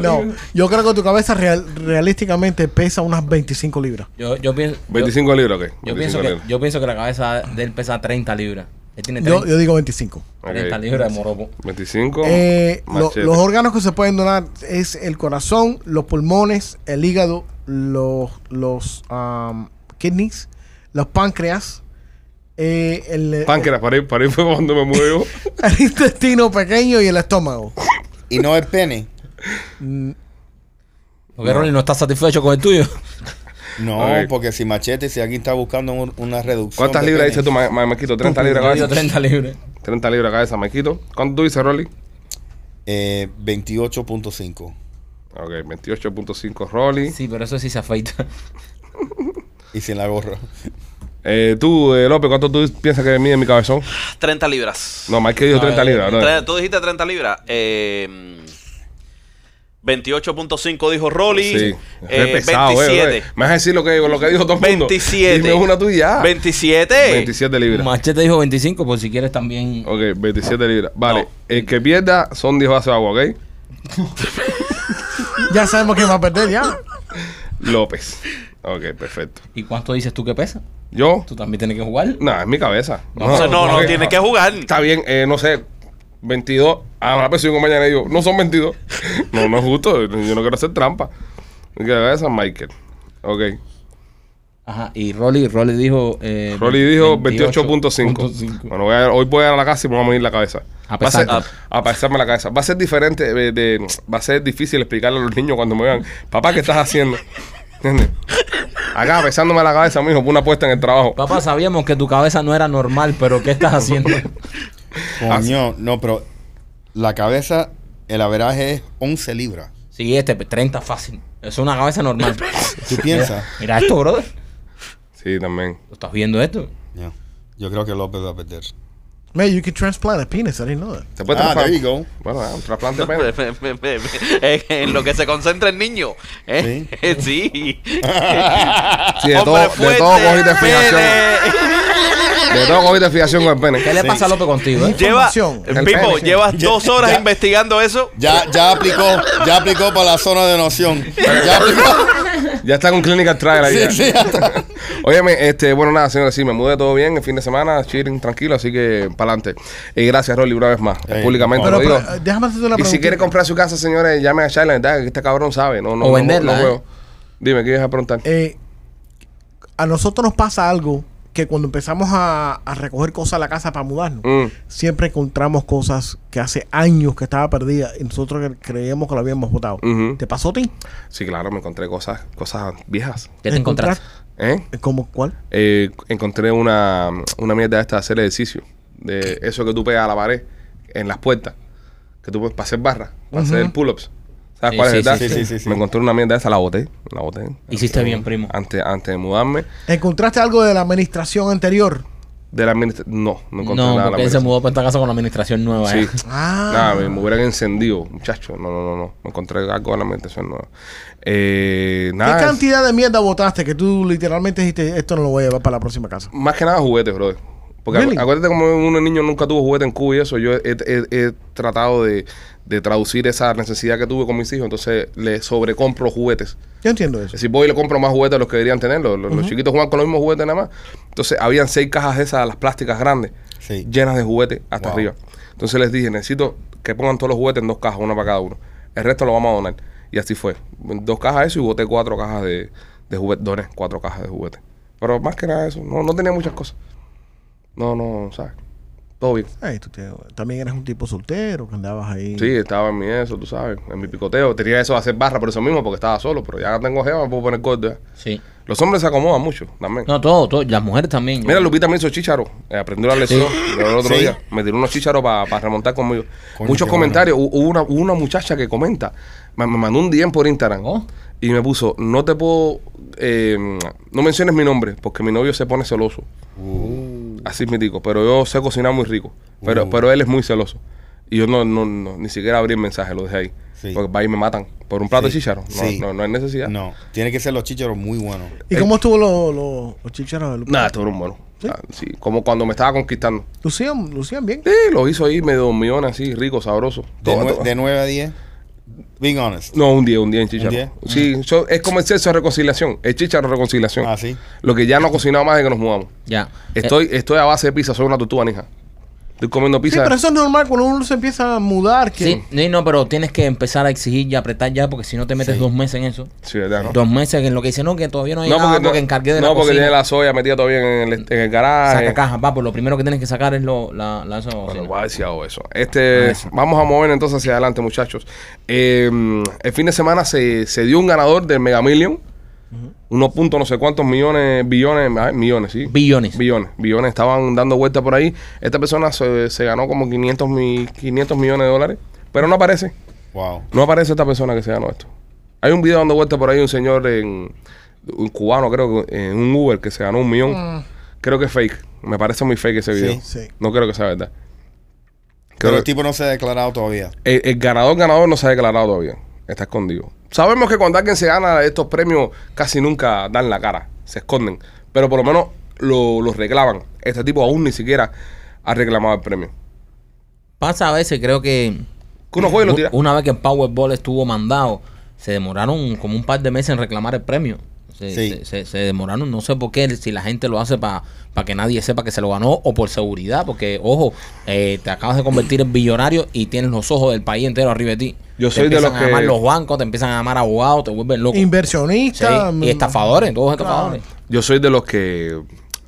Speaker 4: No, yo creo que tu cabeza real- realísticamente pesa unas 25 libras.
Speaker 3: Yo, yo pienso. yo-
Speaker 1: 25 libras, ok.
Speaker 3: Yo, pienso
Speaker 1: 25
Speaker 3: que,
Speaker 1: libras.
Speaker 3: yo pienso que la cabeza de él pesa 30 libras. Él tiene 30,
Speaker 4: Yo, yo digo 25.
Speaker 1: Ok.
Speaker 3: 30 libras de moropo.
Speaker 1: 25.
Speaker 4: Eh, lo-
Speaker 1: machete.
Speaker 4: los órganos que se pueden donar es el corazón, los pulmones, el hígado, los, los am, kidneys, los páncreas, eh, el,
Speaker 1: Páncreas, para ahí, para ahí fue cuando me muevo.
Speaker 4: el intestino pequeño y el estómago.
Speaker 6: Y no es pene.
Speaker 3: Porque Rolly no está satisfecho con el tuyo.
Speaker 6: No,
Speaker 1: Ok.
Speaker 6: porque si machete, si alguien está buscando un- una reducción.
Speaker 1: ¿Cuántas
Speaker 6: de
Speaker 1: libras
Speaker 6: pene,
Speaker 1: dices tú, Ma- Ma- Maquito? 30 libras
Speaker 3: Yo
Speaker 1: de
Speaker 3: digo
Speaker 1: cabeza.
Speaker 3: 30 libras.
Speaker 1: 30 libras de cabeza, Maquito. ¿Cuánto tú dices, Rolly?
Speaker 6: Eh, 28.5.
Speaker 1: Ok, 28.5 Rolly.
Speaker 3: Sí, pero eso sí se afeita.
Speaker 6: Y sin la gorra.
Speaker 1: Eh, tú, eh, López, ¿cuánto tú piensas que mide mi cabezón?
Speaker 5: 30 libras.
Speaker 1: No, más que dijo
Speaker 3: No,
Speaker 1: 30
Speaker 3: eh,
Speaker 1: libras. ¿no?
Speaker 5: Tre- Tú dijiste 30 libras. Eh, 28.5 dijo Rolly.
Speaker 1: Sí.
Speaker 5: Eh,
Speaker 1: Es pesado, eh,
Speaker 5: 27.
Speaker 1: eh. Me vas a decir lo que, lo que dijo todo el mundo.
Speaker 5: 27.
Speaker 1: Dime una tuya.
Speaker 5: 27.
Speaker 1: 27 libras.
Speaker 3: Machete dijo 25, por si quieres también.
Speaker 1: Ok, 27 libras. Vale,
Speaker 5: No.
Speaker 1: el que pierda son 10 vasos de agua, ¿ok?
Speaker 4: Ya sabemos que va a perder ya.
Speaker 1: López. Ok, perfecto.
Speaker 3: ¿Y cuánto dices tú que pesa?
Speaker 1: ¿Yo?
Speaker 3: Tú también tienes que jugar.
Speaker 1: Nada, es mi cabeza.
Speaker 5: No, no, no,
Speaker 1: ok.
Speaker 5: tienes que jugar.
Speaker 1: Está bien, eh, no sé, 22. Ah, me la presión con mañana y yo, no son 22. No, no es justo, yo no quiero hacer trampa. Mi cabeza, Michael. Ok.
Speaker 3: Ajá, y Rolly, Rolly dijo... eh,
Speaker 1: Rolly dijo 28.5.
Speaker 3: 28.5.
Speaker 1: Bueno, voy a- hoy voy a ir a la casa y me voy a morir la cabeza.
Speaker 3: A
Speaker 1: Va a, ser,
Speaker 3: pesar-
Speaker 1: a pesarme la cabeza. Va a ser diferente, eh, de- va a ser difícil explicarle a los niños cuando me vean, papá, ¿qué estás haciendo? ¿Entiendes? Acá pesándome la cabeza, mijo, por una apuesta en el trabajo.
Speaker 3: Papá, sabíamos que tu cabeza no era normal, pero ¿qué estás haciendo?
Speaker 6: Coño, no, pero la cabeza, el averaje es 11 libras.
Speaker 3: Sí, este 30 fácil. Es una cabeza normal.
Speaker 6: ¿Tú piensas?
Speaker 3: Mira esto, brother.
Speaker 1: Sí, también.
Speaker 3: ¿Lo estás viendo esto?
Speaker 6: Ya. Yo creo que López va a perder.
Speaker 4: Man, you can transplant a penis. I didn't know that.
Speaker 1: ¿Se puede
Speaker 6: Ah,
Speaker 1: trasplantar?
Speaker 6: there you go.
Speaker 1: Bueno, eh, un trasplante de pene.
Speaker 5: Me- me- me- me- en lo que se concentra el niño. ¿eh? Sí.
Speaker 1: Sí, de todo,
Speaker 5: Hombre
Speaker 1: de todo
Speaker 5: fuerte,
Speaker 1: cogiste fijación.
Speaker 5: pene.
Speaker 1: De todo cogiste fijación con el pene.
Speaker 3: ¿Qué le pasa a López contigo, eh?
Speaker 5: Lleva,
Speaker 4: Información.
Speaker 1: El
Speaker 5: Pipo,
Speaker 1: pene, sí.
Speaker 5: llevas
Speaker 6: Ya-
Speaker 5: dos horas
Speaker 6: ya.
Speaker 5: investigando eso.
Speaker 6: Ya, ya aplicó, ya aplicó para la zona de noción. Ya aplicó.
Speaker 1: Ya está con Clinical Trial ahí. ya.
Speaker 6: Sí, sí, ya está.
Speaker 1: Óyeme, este, bueno, nada, señores, sí, me mudé todo bien el fin de semana, chilling, tranquilo, así que para adelante. Y gracias, Rolly, una vez más,
Speaker 6: Ey,
Speaker 1: públicamente
Speaker 4: Pero,
Speaker 1: lo digo.
Speaker 4: pero, eh, déjame hacerte
Speaker 1: y
Speaker 4: una pregunta.
Speaker 1: si quiere comprar su casa, señores, llame a Charlie, la verdad, que este cabrón sabe, no, no,
Speaker 3: O
Speaker 1: no-
Speaker 3: venderla,
Speaker 1: no
Speaker 3: ¿eh?
Speaker 1: juego. Dime, ¿qué ibas a preguntar?
Speaker 4: Eh, a nosotros nos pasa algo que cuando empezamos a, a recoger cosas a la casa para mudarnos,
Speaker 1: Mm.
Speaker 4: siempre encontramos cosas que hace años que estaba perdida y nosotros cre- creíamos que la habíamos botado.
Speaker 1: Ujú.
Speaker 4: ¿Te pasó a ti?
Speaker 1: Sí, claro, me encontré cosas, cosas viejas.
Speaker 3: ¿Qué te encontraste?
Speaker 1: ¿Eh?
Speaker 4: ¿Cómo cuál?
Speaker 1: Eh, encontré una, una mierda esta de hacer ejercicio. De eso que tú pegas a la pared en las puertas. Que tú puedes para hacer barras, para hacer pull-ups. ¿Sabes
Speaker 3: Sí,
Speaker 1: cuál
Speaker 3: sí,
Speaker 1: es verdad?
Speaker 6: sí, sí, sí, sí.
Speaker 1: Me encontré una mierda esa, la boté. La boté.
Speaker 3: Hiciste bien, primo.
Speaker 1: Antes, antes de mudarme.
Speaker 4: ¿Encontraste algo de la administración anterior?
Speaker 1: De la administra- No, no encontré
Speaker 3: No,
Speaker 1: nada. de la
Speaker 3: porque él se
Speaker 1: administra-
Speaker 3: mudó para esta casa con la administración nueva, eh.
Speaker 1: Sí.
Speaker 4: Ah.
Speaker 1: Nada, me, me hubieran encendido, muchacho. No, no, no, no. Me encontré algo en la meditación nueva. Eh,
Speaker 4: ¿Qué
Speaker 1: nada. es-
Speaker 4: cantidad de mierda botaste que tú literalmente dijiste esto no lo voy a llevar para la próxima casa?
Speaker 1: Más que nada juguetes, brother. Porque acu-
Speaker 4: Really?
Speaker 1: acuérdate como uno niño nunca tuvo juguete en Cuba y eso, yo he, he- he tratado de, de traducir esa necesidad que tuve con mis hijos, entonces le sobrecompro juguetes.
Speaker 4: Yo entiendo eso.
Speaker 1: Si voy y le compro más juguetes de los que deberían tener, los, los- los chiquitos juegan con los mismos juguetes nada más. Entonces habían seis cajas de esas, las plásticas grandes,
Speaker 6: Sí.
Speaker 1: llenas de juguetes hasta
Speaker 6: Wow.
Speaker 1: arriba. Entonces les dije, necesito que pongan todos los juguetes en dos cajas, una para cada uno. El resto lo vamos a donar. Y así fue. Dos cajas de eso y boté cuatro cajas de, de juguetes. Doné cuatro cajas de juguetes. Pero más que nada eso, no, no tenía muchas cosas. No, no, ¿sabes? Todo bien.
Speaker 4: Ay, tú te- también eres un tipo soltero que andabas ahí.
Speaker 1: Sí, estaba en mi eso, tú sabes, en mi picoteo. Tenía eso de hacer barra por eso mismo, porque estaba solo, pero ya tengo jeva, me puedo poner gordo. ya.
Speaker 3: Sí.
Speaker 1: Los hombres se acomodan mucho también.
Speaker 3: No, todo, todo. Las mujeres también.
Speaker 1: Mira, Lupita me hizo chícharo. Eh, aprendió la lección del otro
Speaker 6: Sí.
Speaker 1: día. Me tiró unos chícharos para remontar conmigo.
Speaker 6: Coño,
Speaker 1: Muchos
Speaker 6: qué
Speaker 1: comentarios. Hu- Hubo una, hubo una muchacha que comenta. Me, me mandó un DM por Instagram.
Speaker 3: Oh.
Speaker 1: Y me puso, no te puedo... eh, no menciones mi nombre, porque mi novio se pone celoso. Así me digo. Pero yo sé cocinar muy rico. Pero,
Speaker 6: Uh.
Speaker 1: pero él es muy celoso. Y yo no, no, no- ni siquiera abrí el mensaje, lo dejé ahí.
Speaker 6: Sí.
Speaker 1: Porque va y me matan. Por un plato
Speaker 6: Sí.
Speaker 1: de chícharo. No,
Speaker 6: Sí.
Speaker 1: no, no hay necesidad.
Speaker 6: No, tiene que ser los chicharos muy buenos.
Speaker 4: ¿Y
Speaker 3: Eh,
Speaker 4: cómo estuvo lo- lo- los chicharos de Lupe?
Speaker 1: Nada, todo era un mono. Ah, sí, como cuando me estaba conquistando.
Speaker 4: Lucían, lucían bien.
Speaker 1: Sí, lo hizo ahí medio millón así, rico, sabroso.
Speaker 6: De,
Speaker 1: Todo,
Speaker 6: nue-
Speaker 1: todo.
Speaker 6: de 9 a 10. Being honest.
Speaker 1: No, un día, un día en chicharro.
Speaker 6: día? Mm.
Speaker 1: Sí, yo- es como el sexo de reconciliación, el chicharro de reconciliación.
Speaker 6: Ah, sí.
Speaker 1: Lo que ya no he cocinado más de que nos mudamos.
Speaker 3: Ya.
Speaker 1: Estoy, estoy a base de pizza, soy una tortuga, hija. Estoy comiendo
Speaker 4: Sí,
Speaker 1: pizza.
Speaker 4: pero eso es normal cuando uno se empieza a mudar. Que
Speaker 3: Eh, Sí, sí, no, pero tienes que empezar a exigir y apretar ya, porque si no te metes dos meses en eso.
Speaker 1: Sí, ¿verdad? ¿no?
Speaker 3: Dos meses en lo que dice, no, que todavía no hay
Speaker 1: No,
Speaker 3: nada,
Speaker 1: porque,
Speaker 3: porque,
Speaker 1: no,
Speaker 3: encargué de
Speaker 1: no,
Speaker 3: la
Speaker 1: porque
Speaker 3: cocina.
Speaker 1: tiene la soya metida todavía en el, en el garaje.
Speaker 3: Saca caja, papo. Lo primero que tienes que sacar es lo, la, la esa
Speaker 1: Bueno,
Speaker 3: bocina.
Speaker 1: voy a decir algo de eso. Este, vamos a mover entonces hacia adelante, muchachos. Eh, el fin de semana se, se dio un ganador del Mega Million. Unos puntos, no sé cuántos millones, billones, ah, millones, sí.
Speaker 3: Billones.
Speaker 1: Billones. Billones estaban dando vueltas por ahí. Esta persona se, se ganó como 500, mi- 500 millones de dólares. Pero no aparece.
Speaker 6: Wow.
Speaker 1: No aparece esta persona que se ganó esto. Hay un video dando vueltas por ahí, un señor en, un cubano, creo que en un Uber que se ganó un millón.
Speaker 3: Mm.
Speaker 1: Creo que es fake. Me parece muy fake ese
Speaker 6: Sí,
Speaker 1: video.
Speaker 4: sí.
Speaker 1: No creo que sea verdad. Creo
Speaker 6: Pero el
Speaker 1: que-
Speaker 6: tipo no se ha declarado todavía.
Speaker 1: el, el ganador ganador no se ha declarado todavía. Está escondido. Sabemos que cuando alguien se gana estos premios casi nunca dan la cara, se esconden. Pero por lo menos lo- los reclaman. Este tipo aún ni siquiera ha reclamado el premio.
Speaker 3: Pasa a veces, creo que.
Speaker 1: Que uno juega y lo
Speaker 3: u-
Speaker 1: tira.
Speaker 3: Una vez que el Powerball estuvo mandado, se demoraron como un par de meses en reclamar el premio. Se,
Speaker 6: Sí.
Speaker 3: se- se- se demoraron, no sé por qué, si la gente lo hace para que nadie sepa que se lo ganó o por seguridad, porque, ojo, eh, te acabas de convertir en billonario y tienes los ojos del país entero arriba de ti.
Speaker 1: Yo
Speaker 3: Te
Speaker 1: soy de los
Speaker 3: empiezan a
Speaker 1: que-
Speaker 3: llamar los bancos, te empiezan a llamar abogados, te vuelven loco. Sí,
Speaker 4: Inversionista. mm,
Speaker 3: Y estafadores, todos
Speaker 4: Claro.
Speaker 3: estafadores.
Speaker 1: Yo soy de los que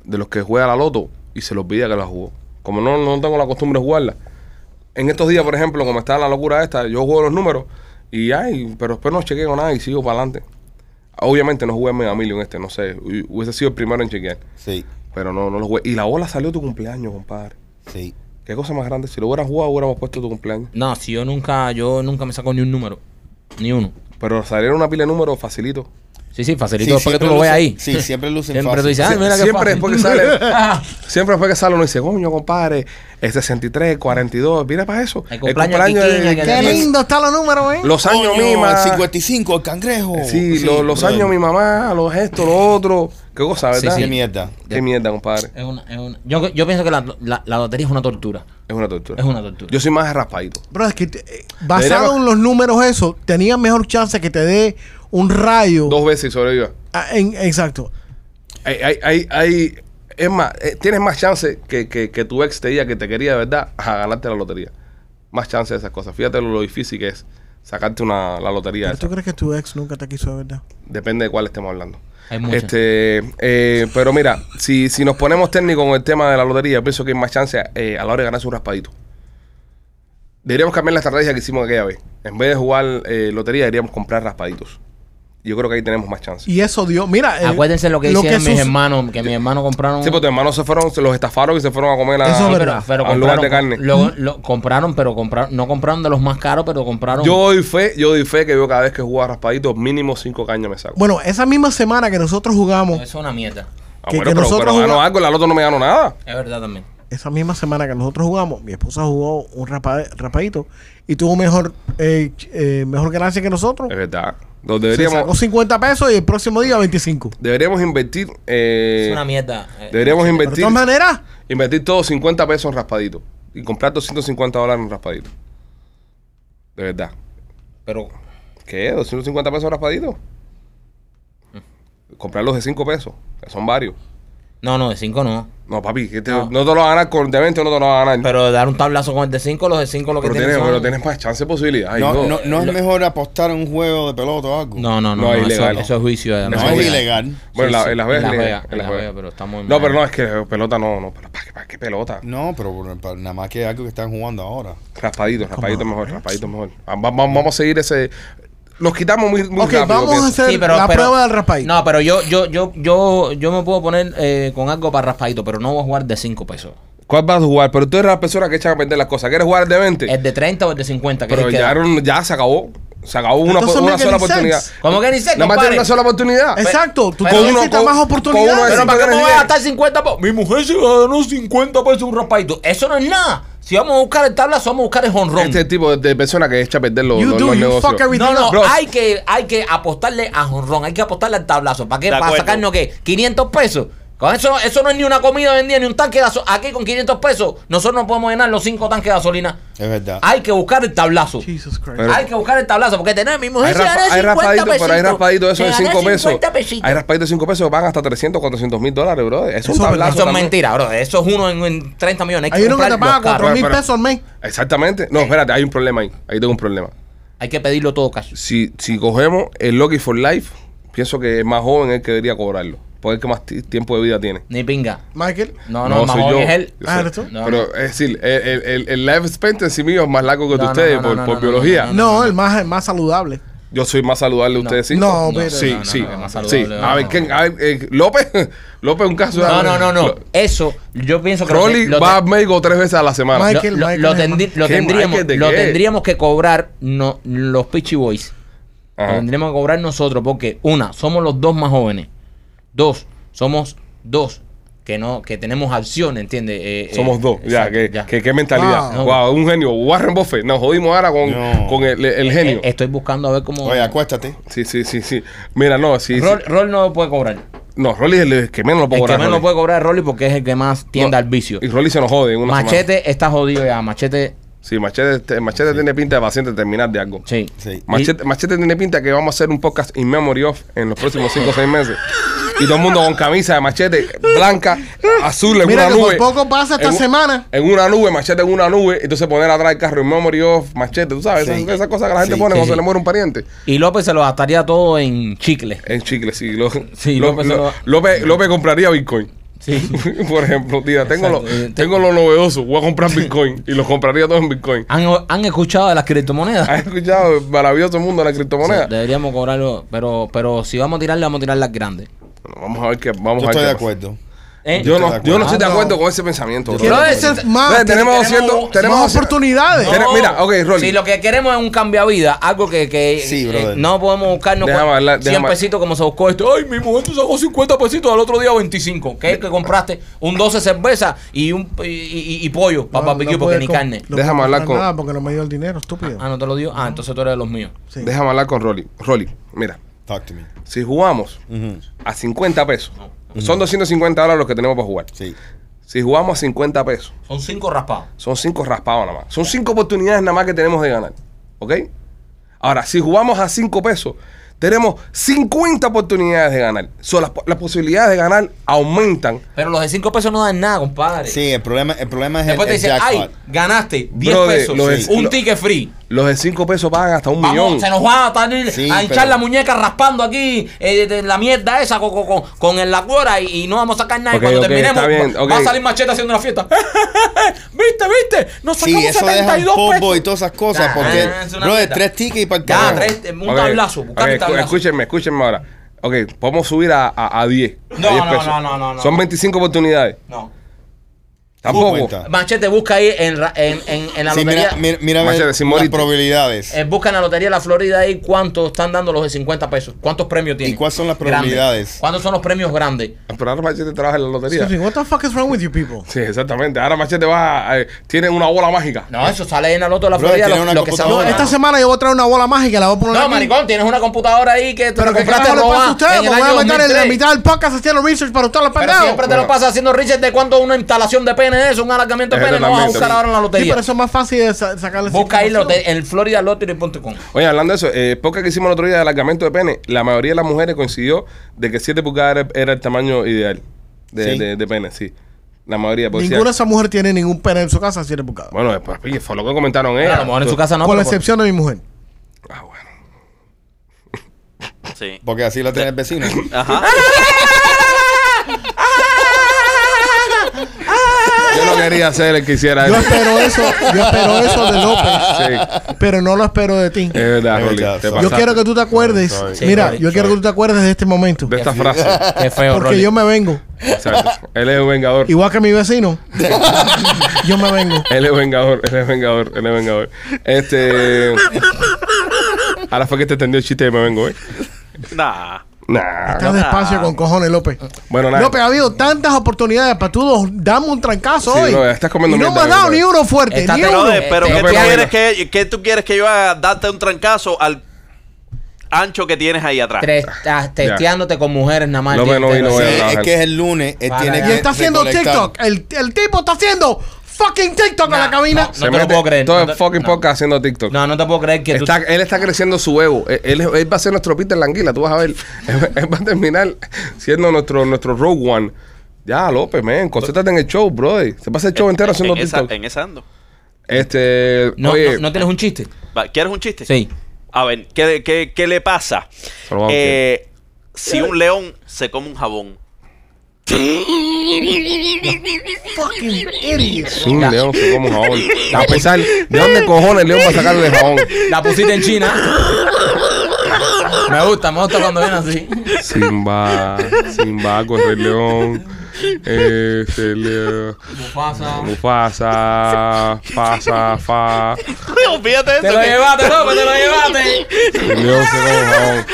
Speaker 1: de los que juega la loto y se los olvida que la jugó. Como no, no tengo la costumbre de jugarla. En estos días, por ejemplo, como está la locura esta, yo juego los números y ay, pero después no chequeo nada y sigo para adelante. Obviamente no jugué a Mega Million este, no sé, hu- hubiese sido el primero en chequear,
Speaker 6: Sí,
Speaker 1: pero no, no lo jugué. Y la bola salió tu cumpleaños, compadre.
Speaker 6: sí.
Speaker 1: Qué cosa más grande, si lo hubieras jugado hubiéramos puesto tu cumpleaños.
Speaker 3: No, si yo nunca, yo nunca me saco ni un número. Ni uno.
Speaker 1: Pero salieron una pila de números facilito.
Speaker 3: Sí, sí, facilito
Speaker 6: Sí,
Speaker 3: después que tú
Speaker 6: siempre
Speaker 3: lo veas
Speaker 6: lucen-
Speaker 3: ahí.
Speaker 6: sí, siempre lucen
Speaker 3: Siempre tú
Speaker 6: fácil.
Speaker 3: dices, ah,
Speaker 1: Sie-
Speaker 3: mira qué
Speaker 1: siempre
Speaker 3: fácil.
Speaker 1: después que sale, siempre después que sale uno dice, coño, compadre, el 63, 42, mira para eso.
Speaker 3: El cumpleaños de Kikín, aquel-
Speaker 4: Qué lindo está los números, ¿eh?
Speaker 1: Los años
Speaker 6: Coño,
Speaker 1: misma.
Speaker 6: el 55, el cangrejo.
Speaker 1: Sí, lo- los
Speaker 6: brother.
Speaker 1: años mi mamá, los gestos, lo otro. Qué cosa, ¿verdad?
Speaker 3: Sí,
Speaker 6: Qué
Speaker 3: sí.
Speaker 6: mierda.
Speaker 1: Qué mierda, compadre.
Speaker 3: Es una, es una- Yo, yo pienso que la, la- la lotería es una tortura.
Speaker 1: Es una tortura.
Speaker 3: Es una tortura.
Speaker 1: Yo soy más raspadito.
Speaker 4: Bro, es que te- eh,
Speaker 1: Deberíamos-
Speaker 4: basado en los números eso, tenía mejor chance que te dé un rayo.
Speaker 1: Dos veces y sobreviva.
Speaker 4: Ah, en- exacto.
Speaker 1: Hay, hay, hay, hay- es más, eh, tienes más chance que, que, que tu ex te diga que te quería de verdad a ganarte la lotería. Más chance de esas cosas. Fíjate lo, lo difícil que es sacarte una, la lotería.
Speaker 4: Pero
Speaker 1: esa.
Speaker 4: tú crees que tu ex nunca te quiso de verdad.
Speaker 1: Depende de cuál estemos hablando.
Speaker 3: Hay muchas.
Speaker 1: Este, eh, pero mira, si, si nos ponemos técnicos con el tema de la lotería, pienso que hay más chance eh, a la hora de ganarse un raspadito. Deberíamos cambiar la estrategia que hicimos aquella vez. En vez de jugar eh, lotería, deberíamos comprar raspaditos. Yo creo que ahí tenemos más chance.
Speaker 4: Y eso dio, mira, eh,
Speaker 3: Acuérdense lo que hicieron mis
Speaker 4: sus-
Speaker 3: hermanos, que mis hermanos compraron.
Speaker 1: Sí, pero tus hermanos se fueron, se los estafaron y se fueron a comer a,
Speaker 4: Eso es
Speaker 1: a
Speaker 4: verdad.
Speaker 3: pero
Speaker 1: un lugar
Speaker 3: compraron,
Speaker 1: de carne.
Speaker 3: lo- lo- compraron, pero compraron, no compraron de los más caros, pero compraron.
Speaker 1: yo doy fe, yo doy fe que yo cada vez que juego a raspaditos, mínimo cinco cañas me saco.
Speaker 4: Bueno, esa misma semana que nosotros jugamos,
Speaker 3: Eso es una mierda.
Speaker 1: Ah,
Speaker 4: que-
Speaker 1: bueno,
Speaker 4: que
Speaker 1: pero,
Speaker 4: nosotros
Speaker 1: pero gano
Speaker 4: jugamos-
Speaker 1: algo, la loto no me gano nada.
Speaker 3: Es verdad también.
Speaker 4: esa misma semana que nosotros jugamos, mi esposa jugó un rapa- rapadito y tuvo mejor eh, ch- eh, mejor ganancia que nosotros.
Speaker 1: Es verdad. Lo
Speaker 4: Se
Speaker 1: Eh, deberíamos,
Speaker 4: sacó 50 pesos y el próximo día 25.
Speaker 1: Deberíamos invertir. eh,
Speaker 3: es una mierda. eh,
Speaker 1: deberíamos
Speaker 4: Pero de
Speaker 1: invertir,
Speaker 4: todas maneras,
Speaker 1: invertir todos 50 pesos en raspadito. Y comprar 250 dólares en raspadito. De verdad.
Speaker 3: Pero
Speaker 1: ¿Qué? ¿250 pesos en raspadito?
Speaker 3: Mm.
Speaker 1: Comprar los de 5 pesos. que son varios.
Speaker 3: no, no, de 5 no.
Speaker 1: No, papi, que te-
Speaker 3: No.
Speaker 1: no. te lo van a ganar con de 20, no te lo van a ganar. Pero,
Speaker 3: Pero dar un tablazo con el de 5, los de 5 lo que
Speaker 1: tienes,
Speaker 3: tienen son-
Speaker 1: pero tienes más chance de posibilidad. Ay,
Speaker 6: No,
Speaker 1: no.
Speaker 6: no, no es mejor apostar a un juego de pelota o algo.
Speaker 3: No, no, no,
Speaker 1: No,
Speaker 3: no,
Speaker 1: es
Speaker 3: eso,
Speaker 1: ilegal.
Speaker 3: eso es juicio.
Speaker 6: No,
Speaker 3: además.
Speaker 1: Eso
Speaker 6: es
Speaker 1: es
Speaker 6: ilegal.
Speaker 1: Bueno,
Speaker 3: sí,
Speaker 1: la-
Speaker 3: sí,
Speaker 1: en Las Vegas.
Speaker 3: en
Speaker 1: es
Speaker 3: Las
Speaker 1: legal,
Speaker 3: Vegas,
Speaker 1: en Las
Speaker 3: en Las
Speaker 1: Vegas.
Speaker 3: Vegas, pero está muy
Speaker 1: No,
Speaker 3: mal.
Speaker 1: pero no, es que pelota no, no. ¿Para qué, para qué pelota?
Speaker 6: No, pero por- por- nada más que algo que están jugando ahora.
Speaker 1: Raspadito, raspadito mejor, raspadito mejor. Ah, va- va- Vamos a seguir ese. Los quitamos muy, muy
Speaker 4: ok,
Speaker 1: rápido.
Speaker 4: vamos
Speaker 1: pienso.
Speaker 4: a hacer
Speaker 3: Sí, pero-
Speaker 4: la
Speaker 3: pero-
Speaker 4: prueba del raspadito.
Speaker 3: No, pero yo, yo, yo, yo, yo me puedo poner eh, con algo para raspadito, pero no voy a jugar de 5 pesos.
Speaker 1: ¿Cuál vas a jugar? Pero tú eres la persona que echa a perder las cosas. ¿Quieres jugar el de 20?
Speaker 3: El de 30 o el de 50, que es
Speaker 1: Pero
Speaker 3: el que
Speaker 1: ya,
Speaker 3: da.
Speaker 1: era un- ya se acabó. Se acabó una,
Speaker 4: Entonces,
Speaker 1: una
Speaker 4: make
Speaker 1: sola
Speaker 4: any sense.
Speaker 1: oportunidad.
Speaker 3: ¿Cómo que ni sé,
Speaker 1: Nada más tiene
Speaker 3: compadre?
Speaker 1: una sola oportunidad.
Speaker 4: Exacto, tú
Speaker 3: Pero-
Speaker 4: tienes
Speaker 1: uno- Ah, con- con
Speaker 4: más
Speaker 1: uno
Speaker 4: oportunidades.
Speaker 1: de
Speaker 3: Pero
Speaker 1: cinco
Speaker 3: ¿para qué
Speaker 1: ganas
Speaker 3: me vas a
Speaker 1: diez.
Speaker 3: gastar 50 pesos? Mi mujer se ganó 50 pesos un raspadito. Eso no es nada. Si vamos a buscar el tablazo, vamos a buscar el honrón.
Speaker 1: Este tipo de, de persona que echa a perder los,
Speaker 4: You
Speaker 1: los-
Speaker 4: do,
Speaker 1: los
Speaker 4: you
Speaker 1: negocios.
Speaker 4: fuck every-
Speaker 3: No, no,
Speaker 1: Bro.
Speaker 3: hay que, hay que apostarle a honrón, hay que apostarle al tablazo. ¿Para qué?
Speaker 5: De
Speaker 3: ¿Para
Speaker 5: acuerdo.
Speaker 3: sacarnos qué? 500 pesos. Con eso, eso no es ni una comida vendida, ni un tanque de gasolina. Aquí con 500 pesos, nosotros no podemos llenar los 5 tanques de gasolina.
Speaker 6: Es verdad.
Speaker 3: Hay que buscar el tablazo.
Speaker 4: Ah. Jesus Christ.
Speaker 1: Pero-
Speaker 3: hay que buscar el tablazo, porque tenemos mi
Speaker 1: Hay,
Speaker 3: mujer se
Speaker 1: raspa-
Speaker 3: ganó
Speaker 1: hay
Speaker 3: 50
Speaker 1: raspadito, pero hay
Speaker 3: pesitos.
Speaker 1: raspadito de
Speaker 3: Se
Speaker 1: esos de
Speaker 3: ganó
Speaker 1: 5 pesos.
Speaker 3: 50 pesitos.
Speaker 1: Hay raspadito de 5 pesos que van hasta 300, 400 mil dólares, bro. Es un
Speaker 4: Eso es
Speaker 1: tablazo.
Speaker 3: Eso es
Speaker 1: también.
Speaker 3: mentira, bro. Eso es uno en, en 30 millones. Hay
Speaker 4: Hay
Speaker 3: que,
Speaker 4: uno que
Speaker 3: comprar
Speaker 4: te paga
Speaker 3: los carros.
Speaker 4: 4 mil
Speaker 1: Pero-
Speaker 4: pesos al mes.
Speaker 1: Exactamente. No, espérate, hay un problema ahí. Ahí tengo un problema.
Speaker 3: Hay que pedirlo todo cash.
Speaker 1: Si, si cogemos el Lucky for Life, pienso que el más joven es el que debería cobrarlo. Porque es el que más ti- tiempo de vida tiene.
Speaker 3: Ni pinga.
Speaker 4: Michael,
Speaker 3: No, no, más joven es él.
Speaker 1: Yo
Speaker 4: Ah,
Speaker 1: sé.
Speaker 4: ¿eres tú?
Speaker 3: No,
Speaker 1: pero es decir, el, el, el- el life expectancy mío es más largo que el de
Speaker 3: No, no,
Speaker 1: ustedes
Speaker 3: no,
Speaker 1: por,
Speaker 3: no,
Speaker 1: por
Speaker 3: no,
Speaker 1: biología.
Speaker 3: no,
Speaker 4: no, el más, el más saludable.
Speaker 1: Yo soy más saludable de ustedes, cinco.
Speaker 4: No, pero-
Speaker 1: sí,
Speaker 3: No, no,
Speaker 1: sí.
Speaker 3: no, más saludable,
Speaker 1: sí. A ver,
Speaker 3: no.
Speaker 1: ¿quién? A ver, eh, López, López es un caso.
Speaker 3: No, no, no, no.
Speaker 1: Lo-
Speaker 3: Eso, yo pienso que. lo
Speaker 1: Rolly
Speaker 3: que- lo
Speaker 1: va a
Speaker 3: que-
Speaker 1: México tres veces a la semana.
Speaker 4: Mike-
Speaker 3: lo-
Speaker 4: Michael,
Speaker 3: lo-
Speaker 4: Michael
Speaker 3: lo
Speaker 4: es el
Speaker 3: tendrí-
Speaker 4: más-
Speaker 3: lo
Speaker 1: ¿Qué
Speaker 3: tendríamos,
Speaker 1: Michael de
Speaker 3: lo
Speaker 1: qué?
Speaker 3: tendríamos que cobrar no, los Pitchy Boys.
Speaker 1: Ajá.
Speaker 3: Lo tendríamos que cobrar nosotros porque, una, somos los dos más jóvenes. Dos, somos dos que no que tenemos acción, ¿entiendes? Eh, eh,
Speaker 1: Somos dos, ya, que,
Speaker 3: exacto,
Speaker 1: que- qué mentalidad.
Speaker 3: Wow.
Speaker 1: Wow, un genio. Warren Buffett, nos jodimos ahora con,
Speaker 6: No.
Speaker 1: con el, el
Speaker 3: Eh,
Speaker 1: genio.
Speaker 3: Estoy buscando a ver cómo.
Speaker 6: Oye, acuéstate.
Speaker 1: Sí, sí, sí, sí. Mira, no, sí. sí.
Speaker 3: Rol, Rol no puede cobrar.
Speaker 1: No, Rolly es el que menos lo puedo
Speaker 3: El que
Speaker 1: cobrar.
Speaker 3: menos lo
Speaker 1: Rolly.
Speaker 3: puede cobrar es Rolly porque es el que más tiende
Speaker 1: No,
Speaker 3: al vicio.
Speaker 1: Y Rolly se nos jode en una semana.
Speaker 3: Machete está jodido ya. Machete
Speaker 1: Sí, Machete, te- Machete tiene pinta de paciente terminar de algo.
Speaker 3: Sí.
Speaker 6: Sí.
Speaker 1: Machete, Machete tiene pinta que vamos a hacer un podcast in memory of en los próximos 5 o 6 meses. Y todo el mundo con camisa de machete blanca, azul, en
Speaker 4: Mira
Speaker 1: una
Speaker 4: que por
Speaker 1: nube.
Speaker 4: poco pasa esta
Speaker 1: en, un-
Speaker 4: semana.
Speaker 1: En una nube, machete en una nube. Entonces poner atrás el carro in memory of machete. ¿Tú sabes?
Speaker 6: Sí.
Speaker 1: Esas, esas cosas que la gente
Speaker 6: Sí,
Speaker 1: pone
Speaker 3: sí,
Speaker 1: cuando
Speaker 3: sí.
Speaker 1: se le muere un pariente.
Speaker 3: Y López se lo gastaría todo en chicle.
Speaker 1: En chicle, sí. Lo-
Speaker 3: Sí,
Speaker 1: lo-
Speaker 3: López
Speaker 1: lo-
Speaker 3: se lo-
Speaker 1: López, López compraría Bitcoin.
Speaker 3: Sí.
Speaker 1: Por ejemplo, tira, tengo, lo,
Speaker 3: Exacto, eh,
Speaker 1: tengo lo novedoso, voy a comprar Bitcoin y los compraría todos en Bitcoin.
Speaker 3: ¿Han, han escuchado de las criptomonedas?
Speaker 1: ¿Has escuchado el maravilloso mundo de la criptomoneda?
Speaker 3: Sí, deberíamos cobrarlo, pero, pero si vamos a tirarle, vamos a tirar las grandes.
Speaker 1: Bueno, vamos a ver qué vamos
Speaker 6: Yo
Speaker 1: a ver
Speaker 6: estoy
Speaker 1: qué
Speaker 6: de
Speaker 1: pasa.
Speaker 6: acuerdo.
Speaker 3: ¿Eh?
Speaker 1: Yo no,
Speaker 6: Estoy de
Speaker 1: yo no estoy de
Speaker 4: acuerdo.
Speaker 1: acuerdo con ese pensamiento.
Speaker 6: Quiero
Speaker 1: brother. eh,
Speaker 6: decir
Speaker 4: más,
Speaker 1: Ve, tenemos
Speaker 3: tenemos
Speaker 1: 200,
Speaker 3: más
Speaker 1: tenemos
Speaker 4: Más
Speaker 1: 200.
Speaker 4: oportunidades.
Speaker 1: Tiene-
Speaker 3: No.
Speaker 1: mira, ok, Rolly.
Speaker 3: Si lo que queremos es un cambio a vida, algo que, que
Speaker 6: Sí,
Speaker 3: eh,
Speaker 6: brother.
Speaker 3: no podemos buscarnos
Speaker 1: Déjame
Speaker 3: cua-
Speaker 1: hablar,
Speaker 3: 100
Speaker 1: déjame-
Speaker 3: pesitos como se buscó este. Ay, mi mujer te sacó 50 pesitos, al otro día 25. ¿Qué que compraste? Un 12 cerveza y un y, y- y pollo para
Speaker 4: No,
Speaker 3: barbecue
Speaker 4: no
Speaker 3: porque
Speaker 4: puedes
Speaker 3: ni
Speaker 4: com-
Speaker 3: carne.
Speaker 4: no
Speaker 1: Déjame hablar
Speaker 4: puedes comprar
Speaker 1: con-
Speaker 4: nada porque no me dio el dinero, estúpido.
Speaker 3: Ah, no te lo dio. Ah, entonces tú eres de los míos.
Speaker 4: Sí.
Speaker 1: Déjame hablar con Rolly. Rolly, mira,
Speaker 6: Talk to me.
Speaker 1: si jugamos
Speaker 6: Ujú.
Speaker 1: a 50 pesos, son 250 dólares los que tenemos para jugar.
Speaker 6: Sí.
Speaker 1: Si jugamos a 50 pesos,
Speaker 3: Son cinco raspados.
Speaker 1: son 5 raspados nada más. Son 5 oportunidades nada más que tenemos de ganar. ¿Ok? Ahora, si jugamos a 5 pesos, tenemos 50 oportunidades de ganar. So, las, po- las posibilidades de ganar aumentan.
Speaker 3: Pero los de 5 pesos no dan nada, compadre.
Speaker 6: Sí, el problema, el problema es
Speaker 3: Después te
Speaker 6: el, el
Speaker 3: dicen, ay,
Speaker 6: jackpot.
Speaker 3: ganaste 10
Speaker 1: Brother,
Speaker 3: pesos,
Speaker 1: lo de-
Speaker 3: un
Speaker 1: lo-
Speaker 3: ticket free.
Speaker 1: Los de 5 pesos pagan hasta un millón.
Speaker 3: Vamos, se nos va a, estar
Speaker 6: Sí,
Speaker 3: a hinchar
Speaker 6: pero-
Speaker 3: la muñeca raspando aquí eh, de la mierda esa con, con- con- con el- la cuora y, y no vamos a sacar nada.
Speaker 1: Ok,
Speaker 3: y cuando
Speaker 1: ok,
Speaker 3: terminemos,
Speaker 1: está bien,
Speaker 3: va-
Speaker 1: ok.
Speaker 3: va a salir machete haciendo una fiesta. ¿Viste, viste? Nos
Speaker 6: Sí,
Speaker 3: sacamos
Speaker 6: eso deja el
Speaker 3: 72
Speaker 6: polvo
Speaker 3: pesos.
Speaker 6: y todas esas cosas.
Speaker 3: Nah,
Speaker 6: porque,
Speaker 3: es una
Speaker 6: bro,
Speaker 3: mierda.
Speaker 6: tres tickets y para el
Speaker 3: Ya,
Speaker 6: carajo.
Speaker 3: tres, eh, un
Speaker 1: Ok,
Speaker 3: tablazo. buscar
Speaker 1: ok,
Speaker 3: un tablazo.
Speaker 1: Escúchenme, escúchenme ahora. Ok, podemos subir a, a, a 10. a
Speaker 3: No,
Speaker 1: 10
Speaker 3: no,
Speaker 1: pesos.
Speaker 3: no, no, no, no.
Speaker 1: Son 25 oportunidades.
Speaker 3: No.
Speaker 1: Tampoco.
Speaker 6: 50.
Speaker 3: Machete busca ahí en, ra- en, en- en la
Speaker 6: Sí,
Speaker 3: lotería.
Speaker 6: mira, mira, mira a ver
Speaker 1: Machete, sin
Speaker 6: las
Speaker 1: morirte.
Speaker 6: probabilidades.
Speaker 3: eh, busca en la lotería de la Florida ahí cuánto están dando los de 50 pesos. ¿Cuántos premios tienen?
Speaker 6: cuáles son las
Speaker 3: Grandes.
Speaker 6: probabilidades? ¿Eh?
Speaker 3: ¿Cuántos son los premios grandes?
Speaker 1: Pero ahora Machete trabaja en la lotería.
Speaker 4: Susi, what the fuck is wrong with you people?
Speaker 1: Sí, exactamente. Ahora Machete va. a- eh, tiene una bola mágica.
Speaker 3: No, eso sale en la loto de la
Speaker 6: Bro,
Speaker 3: Florida.
Speaker 6: tiene
Speaker 3: Lo,
Speaker 6: una
Speaker 3: lo que se
Speaker 6: computadora.
Speaker 3: abona.
Speaker 4: Esta semana yo voy a traer una bola mágica, la voy a poner
Speaker 3: No,
Speaker 4: aquí.
Speaker 3: maricón, tienes una computadora ahí que te
Speaker 4: Pero
Speaker 3: lo
Speaker 4: que
Speaker 3: compraste
Speaker 4: carajo le pasa a
Speaker 3: robada
Speaker 4: ustedes,
Speaker 3: en el
Speaker 4: me voy
Speaker 3: año
Speaker 4: a meter en la
Speaker 3: 2003.
Speaker 4: mitad del podcast haciendo research para ustedes los
Speaker 3: Pero
Speaker 4: pendejos.
Speaker 3: siempre te lo pasa haciendo Richard de cuánto una instalación de pene es eso, un alargamiento de
Speaker 1: Es
Speaker 3: pene, no vas a buscar
Speaker 1: totalmente.
Speaker 3: ahora en la
Speaker 4: Sí,
Speaker 3: lotería.
Speaker 4: pero eso es más fácil de sa- sacarle
Speaker 3: Busca ahí
Speaker 4: información.
Speaker 3: lote- en floridalottery.com.
Speaker 1: Oye, hablando de eso, eh, podcast que hicimos el otro día de alargamiento de pene, la mayoría de las mujeres coincidió de que 7 pulgadas era, era el tamaño ideal de,
Speaker 6: Sí.
Speaker 1: de- de pene, sí. La mayoría. por
Speaker 4: Ninguna de esas mujeres tiene ningún pene en su casa, si eres buscado.
Speaker 1: Bueno, eh, pues, pille, fue lo que comentaron
Speaker 3: Claro,
Speaker 1: ellas.
Speaker 3: a lo mejor en su casa no.
Speaker 4: Con la
Speaker 3: pero-
Speaker 4: excepción de mi mujer.
Speaker 1: Ah, bueno.
Speaker 5: Sí.
Speaker 6: Porque así la tiene el vecino.
Speaker 5: Ajá.
Speaker 1: Yo no quería ser el que hiciera
Speaker 4: Yo
Speaker 1: eso.
Speaker 4: espero eso, yo espero eso de López,
Speaker 1: Sí.
Speaker 4: pero no lo espero de ti.
Speaker 1: Es verdad,
Speaker 6: Es
Speaker 1: Rolly.
Speaker 6: verdad,
Speaker 1: te
Speaker 6: sorry.
Speaker 4: Yo
Speaker 1: pasaste.
Speaker 4: quiero que tú te acuerdes.
Speaker 6: sorry. Sí,
Speaker 4: Mira,
Speaker 3: sorry,
Speaker 4: yo quiero que tú te acuerdes de este momento.
Speaker 1: de esta frase.
Speaker 3: Qué feo,
Speaker 4: Porque
Speaker 3: Rolly.
Speaker 4: yo me vengo.
Speaker 1: Exacto. Él es un vengador.
Speaker 4: Igual que mi vecino. yo me vengo.
Speaker 1: Él es vengador, él es vengador, él es vengador. Este. Ahora fue que te entendió el chiste de me vengo, ¿eh?
Speaker 5: Nah.
Speaker 4: Estás
Speaker 1: Nah.
Speaker 4: despacio con cojones, López.
Speaker 1: Bueno, nada.
Speaker 4: López, ha habido tantas oportunidades para tú dos- dame un trancazo
Speaker 1: Sí,
Speaker 4: hoy.
Speaker 1: bro, estás comiendo
Speaker 4: y no me
Speaker 1: mierda,
Speaker 4: has dado
Speaker 1: bro.
Speaker 4: ni uno fuerte,
Speaker 3: Estás
Speaker 4: ni
Speaker 3: de-
Speaker 4: uno.
Speaker 5: Brother, pero
Speaker 3: Este-
Speaker 5: ¿qué tú,
Speaker 1: Pero bueno.
Speaker 5: quieres que, qué tú quieres que yo haga? Darte un trancazo al ancho que tienes ahí atrás.
Speaker 3: Tres- estás testeándote con mujeres nada más. el
Speaker 1: López
Speaker 3: día
Speaker 1: no vino
Speaker 3: entero.
Speaker 1: voy hoy. a
Speaker 6: Sí, es
Speaker 1: trabajar.
Speaker 6: que es el lunes. Él
Speaker 3: Para
Speaker 6: tiene
Speaker 3: allá.
Speaker 4: y
Speaker 6: que
Speaker 4: está haciendo
Speaker 6: recolectar.
Speaker 4: TikTok. El, el tipo está haciendo fucking TikTok en
Speaker 3: Nah,
Speaker 4: la cabina.
Speaker 3: No te lo puedo creer.
Speaker 1: Todo
Speaker 3: No
Speaker 1: el
Speaker 3: te-
Speaker 1: fucking
Speaker 3: no.
Speaker 1: podcast haciendo TikTok.
Speaker 3: No, no te puedo creer que tú...
Speaker 1: Está- él está creciendo su ego. Él, él- él va a ser nuestro Peter Languila, tú vas a ver. él, él va a terminar siendo nuestro, nuestro Rogue One. Ya, López, men, concéntrate en el show, brother. Se pasa el show entero haciendo
Speaker 5: en, esa,
Speaker 1: TikTok.
Speaker 5: en esa ando.
Speaker 1: Este.
Speaker 3: No,
Speaker 1: oye,
Speaker 3: no, no tienes un chiste.
Speaker 5: Va, ¿Quieres un chiste?
Speaker 3: Sí.
Speaker 5: A ver, ¿qué, qué, qué le pasa?
Speaker 1: Pero vamos,
Speaker 5: Eh, si un león se come un jabón.
Speaker 4: Fucking idiot.
Speaker 1: sí, León, se come un jabón. A pesar, ¿de dónde cojones León va a sacarle el jabón?
Speaker 3: La pusiste en China. me gusta, me gusta cuando viene así.
Speaker 1: Simba, Simba con Rey León. Este, le,
Speaker 3: Mufasa.
Speaker 1: Mufasa, pasa, fa.
Speaker 5: Olvídate de
Speaker 3: Te
Speaker 5: eso.
Speaker 3: lo
Speaker 5: que
Speaker 3: llevaste, López, te lo llevaste.
Speaker 1: El león se come el jabón.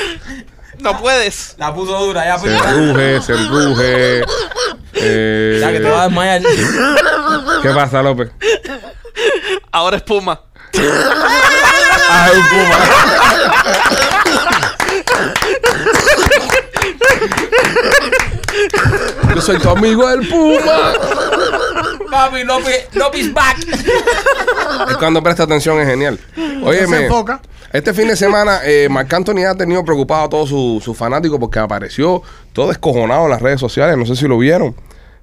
Speaker 5: No puedes.
Speaker 3: La puso dura, ya
Speaker 1: Se ruge, se ruge. Eh,
Speaker 3: Ya que te vas a desmayar.
Speaker 1: ¿Qué pasa, López?
Speaker 5: Ahora espuma.
Speaker 1: Ah, es un puma. Yo soy tu amigo el puma.
Speaker 3: papi, López, López back.
Speaker 1: Es cuando presta atención, es genial. Oye,
Speaker 4: se enfoca.
Speaker 1: este fin de semana, eh, Marc Anthony ha tenido preocupado a todos sus sus fanáticos porque apareció todo descojonado en las redes sociales. No sé si lo vieron.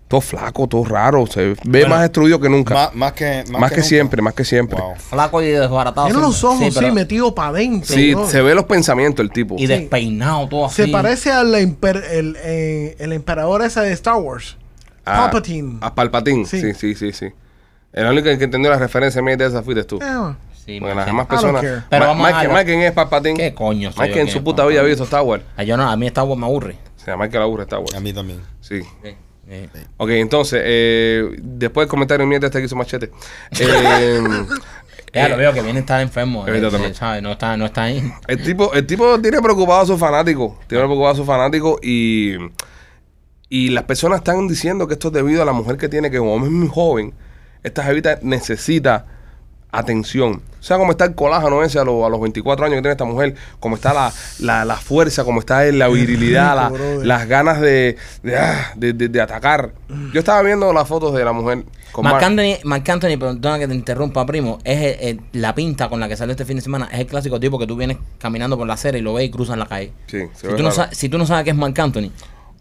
Speaker 1: Todo flaco, todo raro. Se ve más destruido que nunca.
Speaker 6: Más, más que,
Speaker 1: Más que
Speaker 6: nunca.
Speaker 1: siempre, más que siempre.
Speaker 6: Wow.
Speaker 3: Flaco y desbaratado.
Speaker 4: Tiene
Speaker 3: sí,
Speaker 4: los ojos así
Speaker 3: pero-
Speaker 4: metidos para adentro.
Speaker 1: Sí,
Speaker 4: bro.
Speaker 1: se ve los pensamientos el tipo.
Speaker 3: Y despeinado todo así.
Speaker 4: Se parece al imper- el, eh, el emperador ese de Star Wars.
Speaker 1: A-
Speaker 4: Palpatine.
Speaker 1: A Palpatine. Sí,
Speaker 4: Sí.
Speaker 1: sí, sí, sí. El único que entendió la referencia mía de esa fuiste tú.
Speaker 4: Ah,
Speaker 3: Sí,
Speaker 1: Porque las
Speaker 3: man, sí.
Speaker 1: demás
Speaker 4: I don't
Speaker 1: personas.
Speaker 4: care.
Speaker 3: Pero
Speaker 1: Ma-
Speaker 3: vamos a
Speaker 1: Mike,
Speaker 3: dejarlo.
Speaker 1: Mike, ¿quién es Palpatine?
Speaker 3: ¿Qué coño sé
Speaker 1: Mike
Speaker 3: yo
Speaker 1: en
Speaker 3: qué
Speaker 1: su
Speaker 3: es
Speaker 1: puta
Speaker 3: Palpatine?
Speaker 1: vida ha visto Star Wars.
Speaker 3: Ay, yo no, a mí esta agua me aburre.
Speaker 1: O sea, Mike la aburre Star
Speaker 6: A
Speaker 1: Wars.
Speaker 6: mí también.
Speaker 1: Sí.
Speaker 3: Eh,
Speaker 1: Ok, entonces, eh, después del comentario mierda este que hizo Machete. Eh,
Speaker 3: Ya lo veo que viene a estar enfermo.
Speaker 1: es verdad
Speaker 3: eh,
Speaker 1: Eh. también.
Speaker 3: ¿sabes? No está, no está ahí.
Speaker 1: el, tipo, el tipo tiene preocupado a sus fanáticos. Tiene preocupado a sus fanáticos y. Y las personas están diciendo que esto es debido a la mujer que tiene, que como es muy joven, esta jevita necesita atención. O sea, como está el colágeno ese a, los- a los 24 años que tiene esta mujer, como está la, la- la fuerza, como está la virilidad, la-
Speaker 4: brother.
Speaker 1: las ganas de, de, ah, de- de- de atacar. Yo estaba viendo las fotos de la mujer con
Speaker 3: Marc
Speaker 1: Mar-
Speaker 3: Anthony, Marc Anthony, perdona que te interrumpa, primo, es el- el- la pinta con la que salió este fin de semana. Es el clásico tipo que tú vienes caminando por la acera y lo ves y cruzas la calle.
Speaker 1: Sí, se
Speaker 3: si,
Speaker 1: ve
Speaker 3: tú no
Speaker 1: raro.
Speaker 3: sa- si tú no sabes que es Marc Anthony,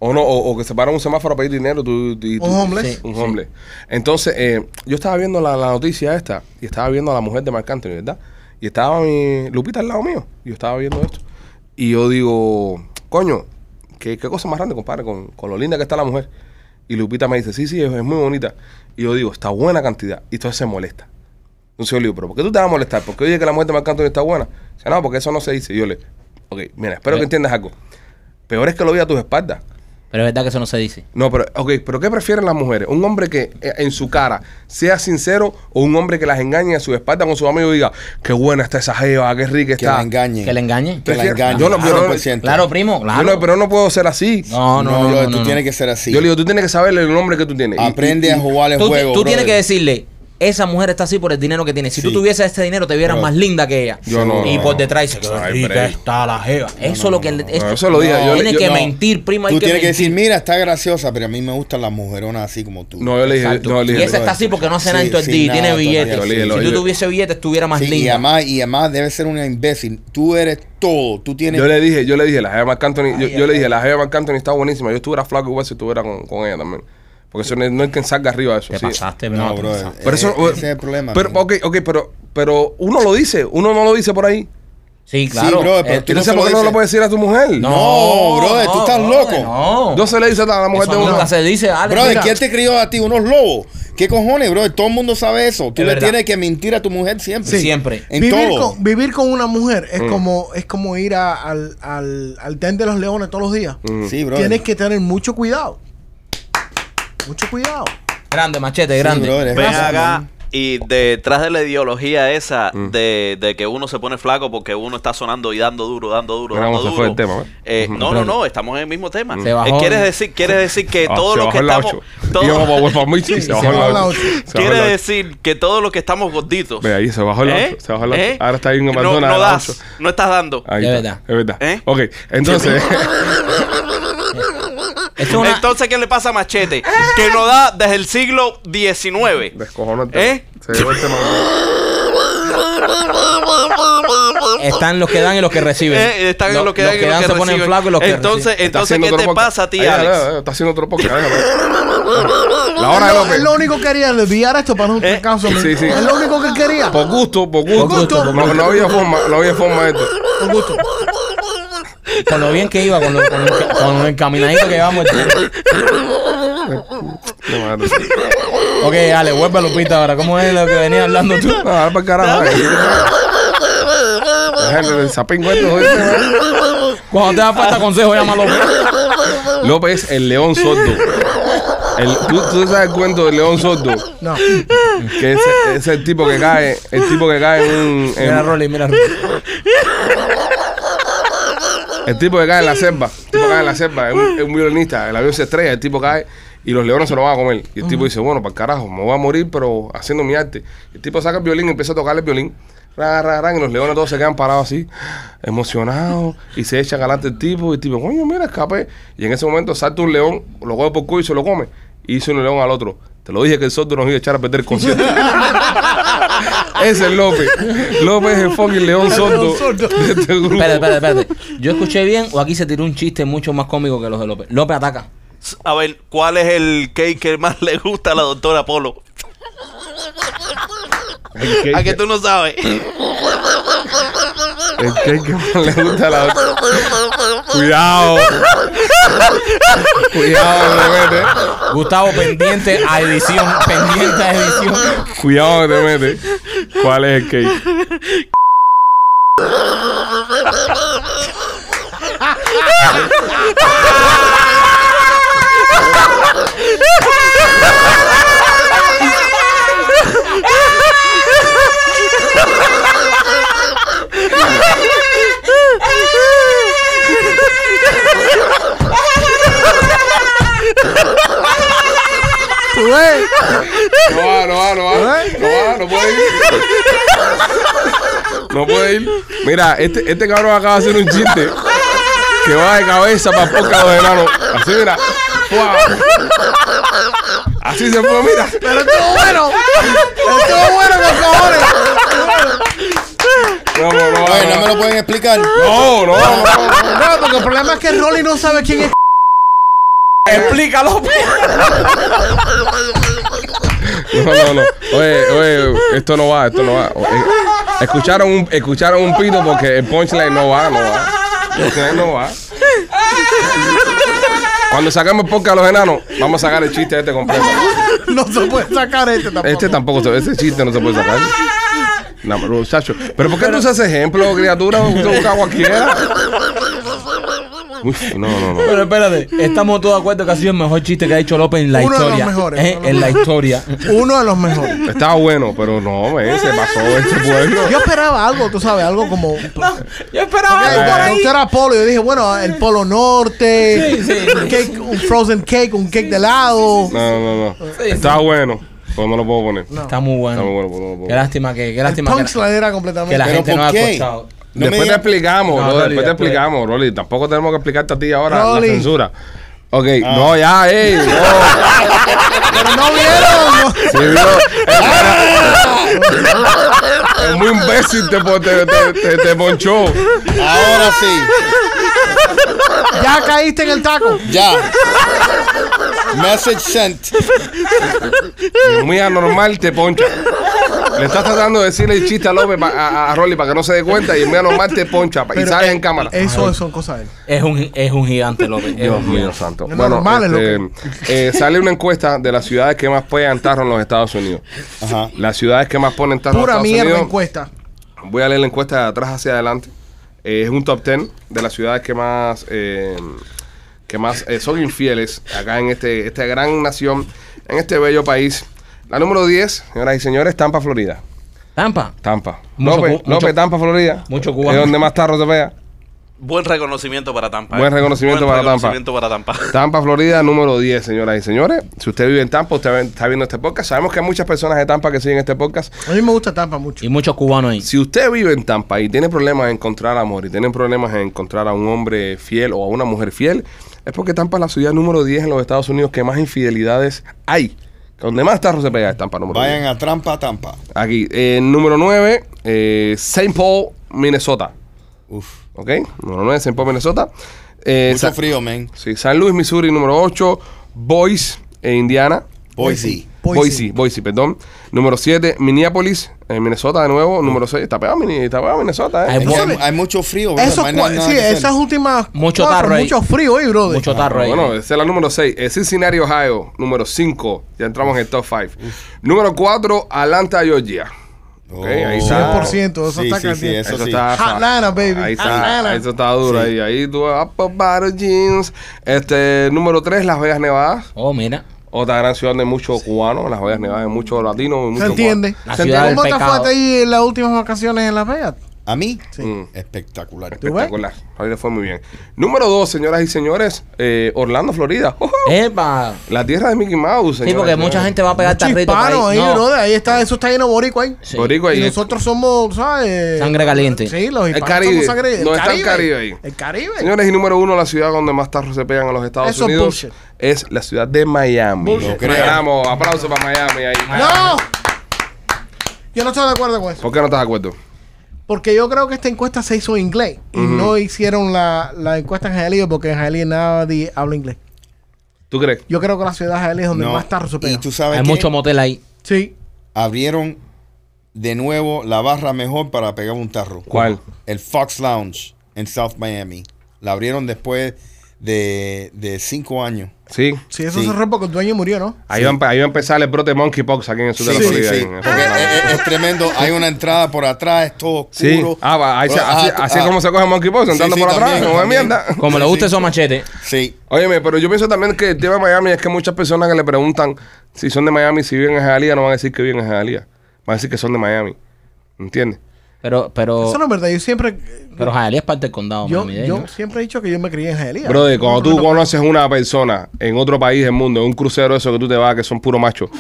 Speaker 1: O no, o, o que se para un semáforo a pedir dinero. Tú, tú- y tú-
Speaker 4: Un homeless.
Speaker 3: Sí,
Speaker 1: un
Speaker 3: sí.
Speaker 1: homeless. Entonces, eh, yo estaba viendo la, la noticia esta y estaba viendo a la mujer de Marc Anthony, ¿verdad? Y estaba mi Lupita al lado mío. y Yo estaba viendo esto. Y yo digo, coño, qué, qué cosa más grande, compadre, con, con lo linda que está la mujer. Y Lupita me dice, sí, sí, es, es muy bonita. Y yo digo, está buena cantidad. Y entonces se molesta. Entonces yo le digo, pero ¿por qué tú te vas a molestar? Porque oye que la mujer de Marc Anthony está buena. Dice, no, porque eso no se dice. Y yo le, ok, mira, espero que entiendas algo. Peor es que lo vi a tus espaldas.
Speaker 3: pero es verdad que eso no se dice.
Speaker 1: No, pero, ok, pero ¿qué prefieren las mujeres? ¿Un hombre que eh, en su cara sea sincero o un hombre que las engañe a su espalda con sus amigos y diga, qué buena está esa jeva, qué rica
Speaker 6: Que
Speaker 1: está?
Speaker 6: la engañen.
Speaker 3: Que le engañe.
Speaker 6: Que la Ah,
Speaker 1: Prefiero-
Speaker 6: engañen.
Speaker 1: Yo no- yo no-
Speaker 6: 100%.
Speaker 3: Claro, primo, claro.
Speaker 1: Yo no, pero no puedo ser así.
Speaker 3: no, no, no,
Speaker 6: brother,
Speaker 3: no,
Speaker 6: tú
Speaker 3: no.
Speaker 6: tienes que ser así.
Speaker 1: Yo le digo, tú tienes que saber el nombre que tú tienes.
Speaker 3: Ah,
Speaker 1: Y-
Speaker 6: Aprende
Speaker 1: y- y-
Speaker 6: a jugar el
Speaker 3: Tú,
Speaker 6: juego.
Speaker 3: tú tienes
Speaker 6: brother.
Speaker 3: que decirle, esa mujer está así por el dinero que tiene. Si tú
Speaker 6: Sí.
Speaker 3: tuvieses este dinero, te vieras más linda que ella.
Speaker 1: Yo no,
Speaker 3: y
Speaker 1: no,
Speaker 3: por
Speaker 1: no.
Speaker 3: detrás dice, qué
Speaker 1: Ay,
Speaker 3: rica
Speaker 1: breve.
Speaker 3: está la jeva. Eso es lo que... le- esto-
Speaker 1: eso lo dije, yo le-
Speaker 3: Tiene
Speaker 1: yo-
Speaker 3: que
Speaker 1: no.
Speaker 3: mentir, primo, hay
Speaker 6: Tú
Speaker 3: que
Speaker 6: tienes que
Speaker 3: mentir.
Speaker 6: decir, mira, está graciosa, pero a mí me gustan las mujeronas así como tú.
Speaker 1: No, yo le dije,
Speaker 3: Exacto.
Speaker 1: no, le
Speaker 3: y
Speaker 1: dije,
Speaker 3: esa está así porque no hace
Speaker 6: Sí,
Speaker 3: nada en todo el
Speaker 6: sí,
Speaker 3: día y
Speaker 6: nada,
Speaker 3: tiene
Speaker 6: todavía,
Speaker 3: billetes.
Speaker 1: sí, sí,
Speaker 3: si
Speaker 1: sí.
Speaker 3: tú tuviese billetes, estuviera más
Speaker 6: Sí, y
Speaker 3: linda.
Speaker 6: además, y además debe ser una imbécil. Tú eres todo. Tú tienes.
Speaker 1: yo le dije, yo le dije, la jeva de Marc Anthony, yo, yo le dije, la jeva de Marc Anthony está buenísima. Yo estuviera flaco igual si estuviera con, con ella también. Porque eso no, no hay quien salga arriba de eso.
Speaker 3: Te
Speaker 1: sí.
Speaker 3: pasaste,
Speaker 6: No,
Speaker 3: no, te
Speaker 6: brother.
Speaker 3: pasaste.
Speaker 1: Pero
Speaker 6: Ese-
Speaker 1: eso,
Speaker 6: ese es el problema,
Speaker 1: Pero,
Speaker 6: amigo.
Speaker 1: ok, ok, pero, pero uno lo dice, uno no lo dice por ahí.
Speaker 3: Sí, claro.
Speaker 6: brother, pero
Speaker 3: Eh,
Speaker 6: tú
Speaker 1: Entonces,
Speaker 6: se lo
Speaker 1: ¿por qué no
Speaker 6: dices.
Speaker 1: lo puedes decir a tu mujer?
Speaker 6: No, brother, tú estás loco.
Speaker 3: No.
Speaker 1: Yo se le dice a la mujer
Speaker 3: Eso
Speaker 1: de uno.
Speaker 3: nunca se dice, Alex.
Speaker 6: Brother,
Speaker 3: mira.
Speaker 6: ¿quién te crió a ti? Unos lobos. ¿Qué cojones, brother? Todo el mundo sabe eso. Tú
Speaker 3: Es
Speaker 6: le
Speaker 3: verdad.
Speaker 6: tienes que mentir a tu mujer siempre.
Speaker 3: Sí. Siempre.
Speaker 6: En
Speaker 4: vivir,
Speaker 6: todo.
Speaker 4: Con, vivir con una mujer
Speaker 1: Mm.
Speaker 4: es como es como ir a- al, al, al den de los leones todos los días.
Speaker 6: Sí, brother.
Speaker 4: Tienes que tener mucho cuidado. Mucho cuidado.
Speaker 3: Grande, machete,
Speaker 6: Sí,
Speaker 3: grande.
Speaker 6: brother, es
Speaker 5: Ven
Speaker 6: verdad,
Speaker 5: acá.
Speaker 6: man.
Speaker 5: Y detrás de la ideología esa
Speaker 1: Mm.
Speaker 5: de, de que uno se pone flaco porque uno está sonando y dando duro, dando duro,
Speaker 1: Mira
Speaker 5: dando
Speaker 1: cómo se
Speaker 5: duro.
Speaker 1: fue el tema, ¿ves?
Speaker 5: Eh,
Speaker 1: Ujú. Mm.
Speaker 5: no, no, no, estamos en el mismo tema.
Speaker 3: Se
Speaker 5: Eh,
Speaker 3: bajó.
Speaker 5: quieres decir, quieres decir que
Speaker 1: Ah, se
Speaker 5: todos los que
Speaker 1: bajó la
Speaker 5: estamos.
Speaker 1: ocho.
Speaker 5: todos-
Speaker 1: Íbamos por- por Michi, se bajó
Speaker 4: bajó
Speaker 1: la
Speaker 4: la
Speaker 1: ocho.
Speaker 4: ocho.
Speaker 1: Se bajó
Speaker 5: Quiere
Speaker 1: la ocho.
Speaker 5: decir que todos los que estamos gorditos.
Speaker 1: Ve ahí, se bajó la
Speaker 5: ¿Eh?
Speaker 1: ocho, se bajó la ocho.
Speaker 5: ¿Eh?
Speaker 1: Ahora está ahí en una
Speaker 5: no,
Speaker 1: persona
Speaker 5: no
Speaker 1: a la
Speaker 5: das,
Speaker 1: ocho. Ah.
Speaker 5: no estás dando.
Speaker 1: Ahí
Speaker 3: Es
Speaker 1: está,
Speaker 3: verdad.
Speaker 1: Es verdad.
Speaker 5: ¿Eh?
Speaker 1: Ok, entonces.
Speaker 3: Esto es una-
Speaker 5: Entonces, ¿qué le pasa a Machete? Que no da desde el siglo XIX.
Speaker 1: Descojono el
Speaker 5: ¿Eh?
Speaker 1: Se llevó este el tema.
Speaker 3: están los que dan y los que reciben.
Speaker 5: Eh, están en lo que dan y
Speaker 3: Los que
Speaker 5: lo
Speaker 3: dan
Speaker 5: que
Speaker 3: se ponen
Speaker 5: reciben.
Speaker 3: flacos y los que
Speaker 5: Entonces,
Speaker 1: Está
Speaker 5: entonces
Speaker 1: haciendo
Speaker 5: ¿qué
Speaker 1: otro
Speaker 5: te
Speaker 1: podcast.
Speaker 5: pasa a ti,
Speaker 1: Ahí, ahí,
Speaker 5: Alex?
Speaker 1: ahí, Está haciendo otro podcast. déjalo. La hora
Speaker 4: Es
Speaker 1: de
Speaker 4: lo, es lo
Speaker 1: López.
Speaker 4: único que quería desviar esto para un fracaso.
Speaker 1: sí,
Speaker 4: men.
Speaker 1: sí.
Speaker 4: Es lo único que quería.
Speaker 1: Por gusto, por gusto.
Speaker 4: Por gusto, por
Speaker 1: No, no había forma, no había forma de esto.
Speaker 4: Por gusto.
Speaker 3: reciben. Con lo bien que iba, con lo, con lo- con lo encaminadito que llevamos.
Speaker 1: No, madre.
Speaker 3: ok, dale, vuelve a Lupita ahora. ¿Cómo es lo que venía hablando tú?
Speaker 1: No, ahora para el carajo. eh. La gente del sapingo esto, ¿oíste?
Speaker 3: Cuando te da falta consejo, llámalo.
Speaker 1: López, el león sordo. El- ¿tú, tú sabes el cuento del león sordo?
Speaker 4: No.
Speaker 1: Que es, es el tipo que cae, el tipo que cae en un. en-
Speaker 3: Mira, Rolly, mira, Rolly.
Speaker 1: el tipo que cae en la selva. El tipo que cae en la selva, es un, es un violinista. El avión se estrella, el tipo cae y los leones se lo van a comer. Y el tipo dice, bueno, para el carajo, me voy a morir, pero haciendo mi arte. El tipo saca el violín y empieza a tocar el violín. Ra, ra, ra, y los leones todos se quedan parados así, emocionados, y se echa galante el tipo, y el tipo, coño, mira, escapé. Y en ese momento salta un león, lo coge por cuello y se lo come. Y hizo un león al otro. Te lo dije que el sordo nos iba a echar a perder el concierto. Ese es López. López es el fucking león sordo
Speaker 4: sordo.
Speaker 1: de este grupo.
Speaker 3: Espérate, espérate, espérate. Yo escuché bien o aquí se tiró un chiste mucho más cómico que los de López. López ataca.
Speaker 5: A ver, ¿cuál es el cake que más le gusta a la doctora Polo?
Speaker 1: El cake-
Speaker 5: A que tú no sabes.
Speaker 1: el cake que más le gusta a la doctora. Cuidado. Cuidado, que te mete.
Speaker 3: Gustavo, pendiente a edición. Pendiente a edición.
Speaker 1: Cuidado, que te mete. ¿Cuál es el cake?
Speaker 4: ¿Tú ves?
Speaker 1: No va, no va, no va.
Speaker 4: ¿Eh?
Speaker 1: No va, no puede ir. No puede ir. Mira, este, este cabrón acaba de hacer un chiste que va de cabeza para poca de enano. Así, mira. ¡Fua! Así se fue, mira.
Speaker 4: Pero estuvo bueno. Estuvo bueno, por favor.
Speaker 1: No, no, no.
Speaker 6: Oye, no me
Speaker 1: va,
Speaker 6: lo pueden explicar.
Speaker 1: No, no, no. no.
Speaker 4: No, porque el problema es que Rolly no sabe quién es.
Speaker 3: Explica, López.
Speaker 1: No, no, no. Oye, oye, esto no va, esto no va. O- eh, Escucharon un, escucharon un pito porque el punchline no va, no va. El punchline no va. Cuando sacamos el podcast a los enanos, vamos a sacar el chiste este completo.
Speaker 4: No se puede sacar este tampoco.
Speaker 1: Este tampoco, se- ese chiste no se puede sacar. No, pero, muchacho. ¿Pero por qué tú usas ejemplo, criatura? Tú buscas cualquiera. Uf, no, no, no.
Speaker 3: Pero espérate, estamos todos de acuerdo que ha sido el mejor chiste que ha hecho López en la
Speaker 4: Uno de los
Speaker 3: historia.
Speaker 4: mejores,
Speaker 3: ¿Eh?
Speaker 4: uno de los
Speaker 3: En la historia.
Speaker 4: Uno de los mejores.
Speaker 1: Estaba bueno, pero no, eh, se pasó este pueblo.
Speaker 4: Yo esperaba algo, tú sabes, algo como.
Speaker 3: Yo esperaba
Speaker 4: Porque
Speaker 3: algo por
Speaker 4: la
Speaker 3: ahí.
Speaker 4: doctora Polo, yo dije, bueno, el Polo Norte,
Speaker 3: Sí, sí.
Speaker 4: un cake- un frozen cake, un cake de helado.
Speaker 1: No, no, no.
Speaker 3: Sí,
Speaker 1: Estaba bueno, pero no lo puedo poner.
Speaker 3: Está muy
Speaker 1: Está muy
Speaker 3: bueno.
Speaker 1: bueno, pero no lo puedo
Speaker 3: Qué
Speaker 1: poner.
Speaker 3: lástima que, qué
Speaker 4: El
Speaker 3: lástima que, la-
Speaker 4: punchline era
Speaker 3: que la
Speaker 4: completamente.
Speaker 6: Pero
Speaker 3: gente
Speaker 6: ¿por
Speaker 3: no ha
Speaker 6: qué?
Speaker 3: escuchado.
Speaker 6: No me
Speaker 1: después te
Speaker 6: digas-
Speaker 1: explicamos,
Speaker 3: No,
Speaker 1: bro,
Speaker 3: Rolly,
Speaker 1: después te
Speaker 3: después.
Speaker 1: explicamos, Rolly. Tampoco tenemos que explicarte a ti ahora
Speaker 4: pues. Rolly.
Speaker 1: la censura. Ok,
Speaker 6: Ah.
Speaker 1: no, ya, ey, no.
Speaker 4: Pero no vieron.
Speaker 1: Sí, bro. Es muy imbécil, te, pon- te, te, te- te ponchó.
Speaker 6: Ahora sí.
Speaker 4: no. Ya caíste en el taco.
Speaker 6: Ya. Message sent.
Speaker 1: Es muy anormal, te poncha. Le estás tratando de decirle el chiste a López pa- a, a- a Rolly para que no se dé cuenta y es muy anormal, te poncha. pa- y
Speaker 4: Pero,
Speaker 1: sales
Speaker 4: eh,
Speaker 1: en cámara.
Speaker 4: Eso son cosas de él.
Speaker 3: Es un, es un gigante, López. Es
Speaker 1: Dios
Speaker 3: un
Speaker 1: mío
Speaker 3: gigante.
Speaker 1: santo.
Speaker 4: Es
Speaker 1: bueno,
Speaker 4: normal, es
Speaker 1: este, eh, sale una encuesta de las ciudades que más pegan tarro en los Estados Unidos.
Speaker 6: Ajá.
Speaker 1: Las ciudades que más ponen tarro
Speaker 4: Pura
Speaker 1: en
Speaker 4: mierda
Speaker 1: Estados Unidos.
Speaker 4: encuesta.
Speaker 1: Voy a leer la encuesta de atrás hacia adelante. Eh, es un top 10 de las ciudades que más eh, que más eh, son infieles acá en este esta gran nación, en este bello país. La número 10, señoras y señores, Tampa, Florida.
Speaker 3: Tampa.
Speaker 1: Tampa.
Speaker 3: Mucho
Speaker 1: López,
Speaker 3: cu-
Speaker 1: López,
Speaker 3: mucho-
Speaker 1: Tampa, Florida.
Speaker 3: mucho cubano.
Speaker 1: Es donde más tarro se pega.
Speaker 5: Buen reconocimiento para Tampa. ¿eh?
Speaker 1: Buen reconocimiento para Tampa.
Speaker 5: reconocimiento para Tampa.
Speaker 1: Tampa, Florida, número 10, señoras y señores. Si usted vive en Tampa, usted ve- está viendo este podcast. Sabemos que hay muchas personas de Tampa que siguen este podcast.
Speaker 4: A mí me gusta Tampa mucho.
Speaker 3: Y muchos cubanos ahí.
Speaker 1: Si usted vive en Tampa y tiene problemas en encontrar amor y tiene problemas en encontrar a un hombre fiel o a una mujer fiel, es porque Tampa es la ciudad número 10 en los Estados Unidos que más infidelidades hay. Donde más tarro se pega es Tampa, número
Speaker 6: Vayan
Speaker 1: 10.
Speaker 6: a trampa, tampa.
Speaker 1: Aquí, eh, número 9, eh, St. Paul, Minnesota.
Speaker 6: Uf.
Speaker 1: ¿Ok? Número 9, St. Paul, Minnesota. Eh,
Speaker 6: Mucho
Speaker 1: Sa-
Speaker 6: frío, man.
Speaker 1: Sí, San Luis, Missouri, número 8, Boise, eh, Indiana.
Speaker 6: Boise.
Speaker 1: Boise, Boise, perdón. Número 7, Minneapolis, eh, Minnesota de nuevo. Número 6, está pegado, Mini- está pegado Minnesota.
Speaker 3: Ay,
Speaker 1: Eh.
Speaker 6: Es que hay, hay mucho frío. bro.
Speaker 4: Eso,
Speaker 6: No hay na- nada
Speaker 4: sí,
Speaker 6: que hacer.
Speaker 4: esas últimas.
Speaker 3: Mucho
Speaker 4: cuatro,
Speaker 3: tarro ahí.
Speaker 4: Mucho frío hoy, brother.
Speaker 3: Mucho tarro ahí.
Speaker 1: Bueno, esa es la número 6. Cincinnati, Ohio, número 5. Ya entramos en el top 5. Número 4, Atlanta, Georgia. Ok, ahí está.
Speaker 4: 100%, eso
Speaker 6: sí,
Speaker 4: está
Speaker 6: sí, sí,
Speaker 4: caliente.
Speaker 6: eso sí.
Speaker 4: Atlanta, baby.
Speaker 1: Ahí está,
Speaker 4: Atlanta.
Speaker 1: eso está duro. Ahí, ahí tú, Upper Bottom Jeans. Este, número 3, Las Vegas, Nevadas.
Speaker 3: Oh, mira.
Speaker 1: Otra gran ciudad de muchos cubanos, las Vegas Nevadas, de muchos latinos. y
Speaker 4: ¿Se
Speaker 1: muchos
Speaker 4: entiende?
Speaker 1: cubanos.
Speaker 3: La
Speaker 1: ¿Se
Speaker 3: ciudad
Speaker 1: entiende?
Speaker 3: del
Speaker 4: ¿Cómo te
Speaker 3: pecado.
Speaker 4: fuiste ahí en las últimas vacaciones en Las Vegas?
Speaker 6: A mí,
Speaker 4: Sí.
Speaker 1: Mm.
Speaker 6: espectacular.
Speaker 4: ¿Tú ves?
Speaker 1: Espectacular. Ahí le fue muy bien. Número dos, señoras y señores, eh, Orlando, Florida.
Speaker 3: Epa.
Speaker 1: La tierra de Mickey Mouse,
Speaker 3: Sí, porque mucha gente va a pegar
Speaker 4: Mucho
Speaker 3: tarrito. por
Speaker 4: hispano ahí,
Speaker 3: No,
Speaker 4: brother. Ahí está, eso está lleno de boricua ahí.
Speaker 3: sí.
Speaker 1: Borico ahí.
Speaker 4: Y nosotros somos, ¿sabes?
Speaker 3: Sangre caliente.
Speaker 4: Sí, los
Speaker 1: El
Speaker 4: hispanos
Speaker 1: Caribe.
Speaker 4: somos sangre
Speaker 1: No está el Caribe ahí.
Speaker 4: El Caribe.
Speaker 1: Señores, y número uno, la ciudad donde más tarros se pegan a los Estados
Speaker 4: Eso es
Speaker 1: Unidos
Speaker 4: bullshit.
Speaker 1: es la ciudad de Miami.
Speaker 4: Bullshit.
Speaker 1: Lo creo. Vamos, aplauso para Miami ahí.
Speaker 4: ¡No! Yo no estoy de acuerdo con eso.
Speaker 1: ¿Por qué no estás de acuerdo?
Speaker 4: Porque yo creo que esta encuesta se hizo en inglés. Y no hicieron la, la encuesta en Jaelí porque en Jaelí nadie habla inglés.
Speaker 1: ¿Tú crees?
Speaker 4: Yo creo que la ciudad de Jaelí es donde
Speaker 6: No,
Speaker 4: más tarro se
Speaker 6: y
Speaker 4: pega.
Speaker 6: tú sabes
Speaker 3: Hay
Speaker 6: qué?
Speaker 3: mucho motel ahí.
Speaker 4: Sí.
Speaker 6: abrieron de nuevo la barra mejor para pegar un tarro.
Speaker 1: ¿Cuál?
Speaker 6: El Fox Lounge en South Miami. La abrieron después de, de cinco años.
Speaker 1: Sí.
Speaker 4: Sí, eso
Speaker 6: Sí.
Speaker 4: cerró porque el dueño murió, ¿no?
Speaker 1: Ahí, va, a empezar el brote monkeypox aquí en el sur de la
Speaker 6: Sí,
Speaker 1: Florida.
Speaker 6: sí, Ah,
Speaker 1: ahí,
Speaker 6: sí.
Speaker 1: en el sur
Speaker 6: Porque
Speaker 1: de la-
Speaker 6: es, es- es tremendo. Hay una entrada por atrás, es todo
Speaker 1: Sí.
Speaker 6: oscuro.
Speaker 1: Ah, va, ahí se-
Speaker 6: Pero,
Speaker 1: así,
Speaker 6: ah,
Speaker 1: así es
Speaker 6: ah,
Speaker 1: como se coge monkeypox, entrando
Speaker 6: sí,
Speaker 1: por atrás,
Speaker 6: también,
Speaker 1: como de
Speaker 6: también.
Speaker 1: mierda.
Speaker 3: Como le
Speaker 6: Sí,
Speaker 3: gusta
Speaker 6: sí.
Speaker 3: esos machetes.
Speaker 6: Sí.
Speaker 1: Óyeme, pero yo pienso también que el tema de Miami es que muchas personas que le preguntan si son de Miami, si viven en Jalía, no van a decir que viven en Jalía. Van a decir que son de Miami. ¿Entiendes?
Speaker 3: Pero, pero.
Speaker 1: Oh.
Speaker 4: Eso no es verdad. Yo siempre.
Speaker 3: Pero Jalía es parte del condado,
Speaker 4: Yo,
Speaker 3: Miami-Dade,
Speaker 4: yo
Speaker 3: ¿no?
Speaker 4: siempre he dicho que yo me crié en Jaelí.
Speaker 1: Brother, cuando tú
Speaker 6: pues
Speaker 1: conoces una persona en otro país del mundo, en un crucero eso que tú te vas, que son puro macho,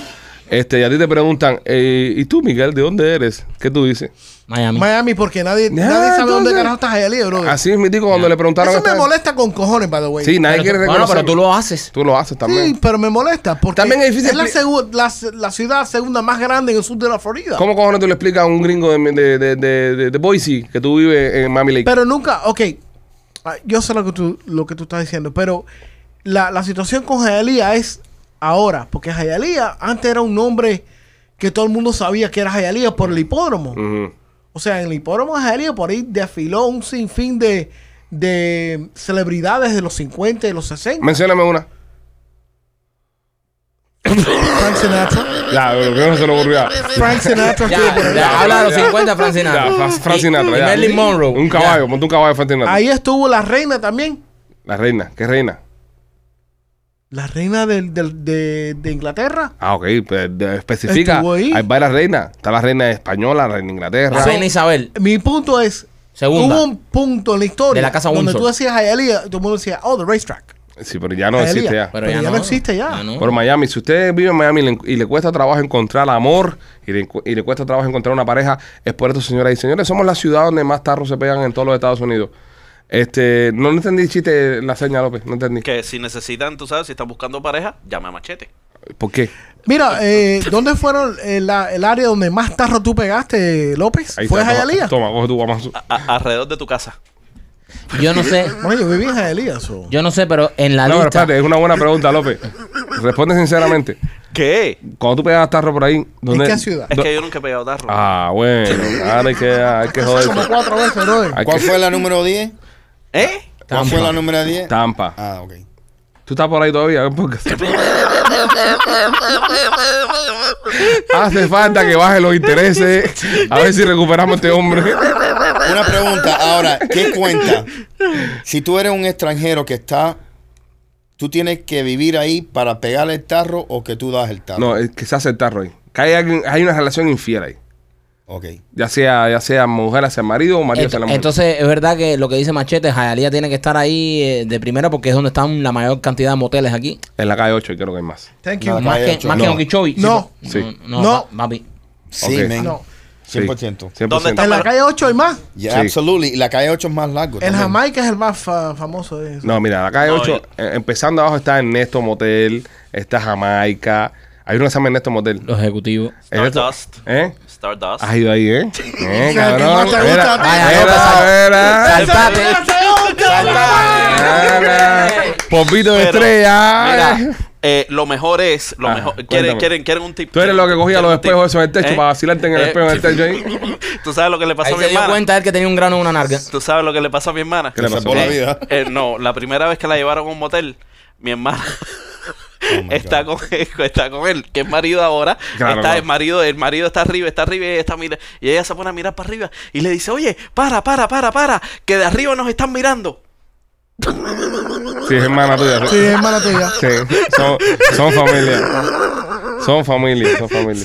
Speaker 1: este, y a ti te preguntan, eh, ¿y tú, Miguel, de dónde eres? ¿Qué tú dices?
Speaker 3: Miami.
Speaker 4: Miami, porque nadie,
Speaker 1: Ya,
Speaker 4: nadie sabe dónde
Speaker 1: entonces-
Speaker 4: carajo está Jaelí, bro.
Speaker 1: Así es mi tico cuando le preguntaron... a
Speaker 4: Eso me
Speaker 1: esta-
Speaker 4: molesta con cojones, by the way.
Speaker 1: Sí, nadie
Speaker 3: Pero-
Speaker 1: quiere
Speaker 3: bueno,
Speaker 1: reconocerlo.
Speaker 3: pero tú lo haces.
Speaker 1: Tú lo haces también.
Speaker 4: Sí, pero me molesta porque
Speaker 1: También es difícil
Speaker 4: la,
Speaker 1: expli-
Speaker 4: segu- la, la ciudad segunda más grande en el sur de la Florida.
Speaker 1: ¿Cómo cojones tú le explicas a un gringo de, de, de, de, de- de Boise que tú vives en Miami Lake?
Speaker 4: Pero nunca, ok, ah, yo sé lo que tú, lo que tú estás diciendo, pero la, la situación con Jayalía es ahora, porque Jayalía antes era un nombre que todo el mundo sabía que era Jayalía por el hipódromo.
Speaker 1: Ujú.
Speaker 4: O sea, en el hipódromo de Jayalía por ahí desfiló un sinfín de, de celebridades de los 50 y de los 60.
Speaker 1: Mencióname una.
Speaker 4: Frank Sinatra.
Speaker 1: Ya, pero que no se lo ocurrió.
Speaker 4: Frank Sinatra.
Speaker 3: Ya,
Speaker 4: estuvo por ahí.
Speaker 3: ya, habla de los
Speaker 1: Ya.
Speaker 3: 50, Francina.
Speaker 1: Ya, Fra- Frank Sinatra,
Speaker 3: Y,
Speaker 1: ya.
Speaker 3: Marilyn Monroe.
Speaker 1: Un caballo, ponte un caballo frente a Sinatra.
Speaker 4: Ahí estuvo la reina también.
Speaker 1: La reina, ¿qué reina?
Speaker 4: La reina del, del- de, de Inglaterra.
Speaker 1: Ah, ok, pues, de- especifica.
Speaker 4: Estuvo ahí.
Speaker 1: Hay varias reinas. Está la reina española, la reina de
Speaker 3: Ya. La
Speaker 1: Inglaterra.
Speaker 3: reina Isabel.
Speaker 4: Mi punto es,
Speaker 3: Segunda.
Speaker 4: hubo un punto en la historia
Speaker 3: De la casa
Speaker 4: donde
Speaker 3: Windsor.
Speaker 4: tú decías Hialeah, todo el mundo decía, oh, the racetrack.
Speaker 1: Sí, pero ya no
Speaker 4: Hialeah.
Speaker 1: existe ya.
Speaker 4: Pero ya no existe ya.
Speaker 3: no.
Speaker 1: Por Miami, si usted vive en Miami y le, y le cuesta trabajo encontrar amor y le, encu- y le cuesta trabajo encontrar una pareja, es por esto, señoras y señores. Somos la ciudad donde más tarros se pegan en todos los Estados Unidos. Este, no entendí el chiste, la señal, López, no entendí.
Speaker 5: Que si necesitan, tú sabes, si están buscando pareja, llame a Machete.
Speaker 1: ¿Por qué?
Speaker 4: Mira, eh, ¿dónde fueron eh, la- el área donde más tarro tú pegaste, López?
Speaker 1: Ahí
Speaker 4: ¿Fue
Speaker 1: está, toma-
Speaker 4: Hialeah?
Speaker 1: Toma, coge tu guamazo.
Speaker 5: A- a- alrededor de tu casa.
Speaker 3: Yo no sé.
Speaker 4: Bueno, yo viví en Hialeah, so.
Speaker 3: Yo no sé, pero en la
Speaker 1: No, pero
Speaker 3: lista.
Speaker 1: espérate, es una buena pregunta, López. Responde sinceramente.
Speaker 5: ¿Qué?
Speaker 1: Cuando tú pegas tarro por ahí, ¿dónde?
Speaker 4: qué ciudad?
Speaker 5: Es
Speaker 1: do-
Speaker 5: que yo nunca he pegado tarro.
Speaker 1: Ah, bueno. Ahora hay que, hay que
Speaker 4: Eso como
Speaker 1: joder.
Speaker 4: cuatro veces, brother.
Speaker 1: Hay
Speaker 6: ¿Cuál
Speaker 1: que-
Speaker 6: fue la número 10?
Speaker 5: ¿Eh?
Speaker 6: ¿Cuál fue la número 10?
Speaker 1: Tampa.
Speaker 6: Ah, ok.
Speaker 1: ¿Tú estás por ahí todavía? ¿Por qué? Hace falta que baje los intereses. A ver si recuperamos a este hombre.
Speaker 6: Una pregunta ahora, ¿qué cuenta? Si tú eres un extranjero que está, tú tienes que vivir ahí para pegar el tarro o que tú das el tarro.
Speaker 1: No, es que se hace el tarro ahí. Que hay, alguien- hay una relación infiel ahí.
Speaker 6: Ok.
Speaker 1: Ya sea, ya sea mujer hacia marido o marido hacia la
Speaker 3: Ent-
Speaker 1: mujer.
Speaker 3: Entonces, es verdad que lo que dice Machete, Jayalía tiene que estar ahí eh, de primera porque es donde están la mayor cantidad de moteles aquí.
Speaker 1: en la calle 8 creo que hay más.
Speaker 4: Thank
Speaker 6: No,
Speaker 4: you.
Speaker 6: la
Speaker 3: Más
Speaker 6: calle
Speaker 3: que,
Speaker 6: ocho.
Speaker 3: más que
Speaker 6: No.
Speaker 3: Okeechobee. pues,
Speaker 4: No.
Speaker 1: Sí.
Speaker 3: No,
Speaker 4: No.
Speaker 3: pa- papi.
Speaker 6: Sí,
Speaker 1: Ok.
Speaker 6: men.
Speaker 4: No.
Speaker 1: Sí.
Speaker 6: 100%.
Speaker 1: 100%.
Speaker 5: ¿Dónde está?
Speaker 4: En la calle 8 hay más.
Speaker 6: Yeah,
Speaker 1: Sí.
Speaker 6: absolutely. Y la calle 8 es más largo.
Speaker 4: El
Speaker 6: también.
Speaker 4: Jamaica es el más fa- famoso de eso.
Speaker 1: No, mira, la calle
Speaker 5: No,
Speaker 1: 8, empezando abajo está Ernesto Motel, está Jamaica. Hay uno que se llama Ernesto Motel.
Speaker 3: Los ejecutivos.
Speaker 1: Ernesto-
Speaker 5: Stardust.
Speaker 1: ¿Eh?
Speaker 5: Stardust.
Speaker 1: Has ido ahí, ¿eh? ¿Eh,
Speaker 4: que
Speaker 1: cabrón?
Speaker 4: más te gusta
Speaker 1: Era,
Speaker 4: a ti.
Speaker 1: era, era.
Speaker 3: Saltate.
Speaker 1: Era. Popito de
Speaker 5: Pero,
Speaker 1: estrella.
Speaker 5: Mira, eh, lo mejor es, lo
Speaker 1: Ajá,
Speaker 5: mejor,
Speaker 1: Ah. cuéntame.
Speaker 5: quieren, quieren, quieren un tip.
Speaker 1: Tú eres lo que cogía
Speaker 5: quieren
Speaker 1: los
Speaker 5: un tip.
Speaker 1: espejos esos en el techo
Speaker 5: ¿Eh?
Speaker 1: para vacilarte en el
Speaker 5: ¿Eh?
Speaker 1: espejo en el techo ahí.
Speaker 5: Tú sabes lo que le pasó
Speaker 3: Ahí
Speaker 5: a mi
Speaker 3: se dio
Speaker 5: hermana.
Speaker 3: cuenta él que tenía un grano en una narga.
Speaker 5: ¿Tú sabes lo que le pasó a mi hermana?
Speaker 1: ¿Qué
Speaker 6: Me
Speaker 1: le pasó?
Speaker 6: salvó la
Speaker 5: Eh,
Speaker 6: vida.
Speaker 5: eh, no, la primera vez que la llevaron a un motel, mi hermana
Speaker 6: my God.
Speaker 5: está, con, está con él, que es marido ahora.
Speaker 1: Claro,
Speaker 5: está
Speaker 1: claro.
Speaker 5: el marido, el marido está arriba, está arriba y ella, está mira, y ella se pone a mirar para arriba y le dice, oye, para, para, para, para, que de arriba nos están mirando.
Speaker 1: Sí, es hermana tuya.
Speaker 4: Sí, es mala tuya.
Speaker 1: Sí, son, son familia. Son familia, son familia.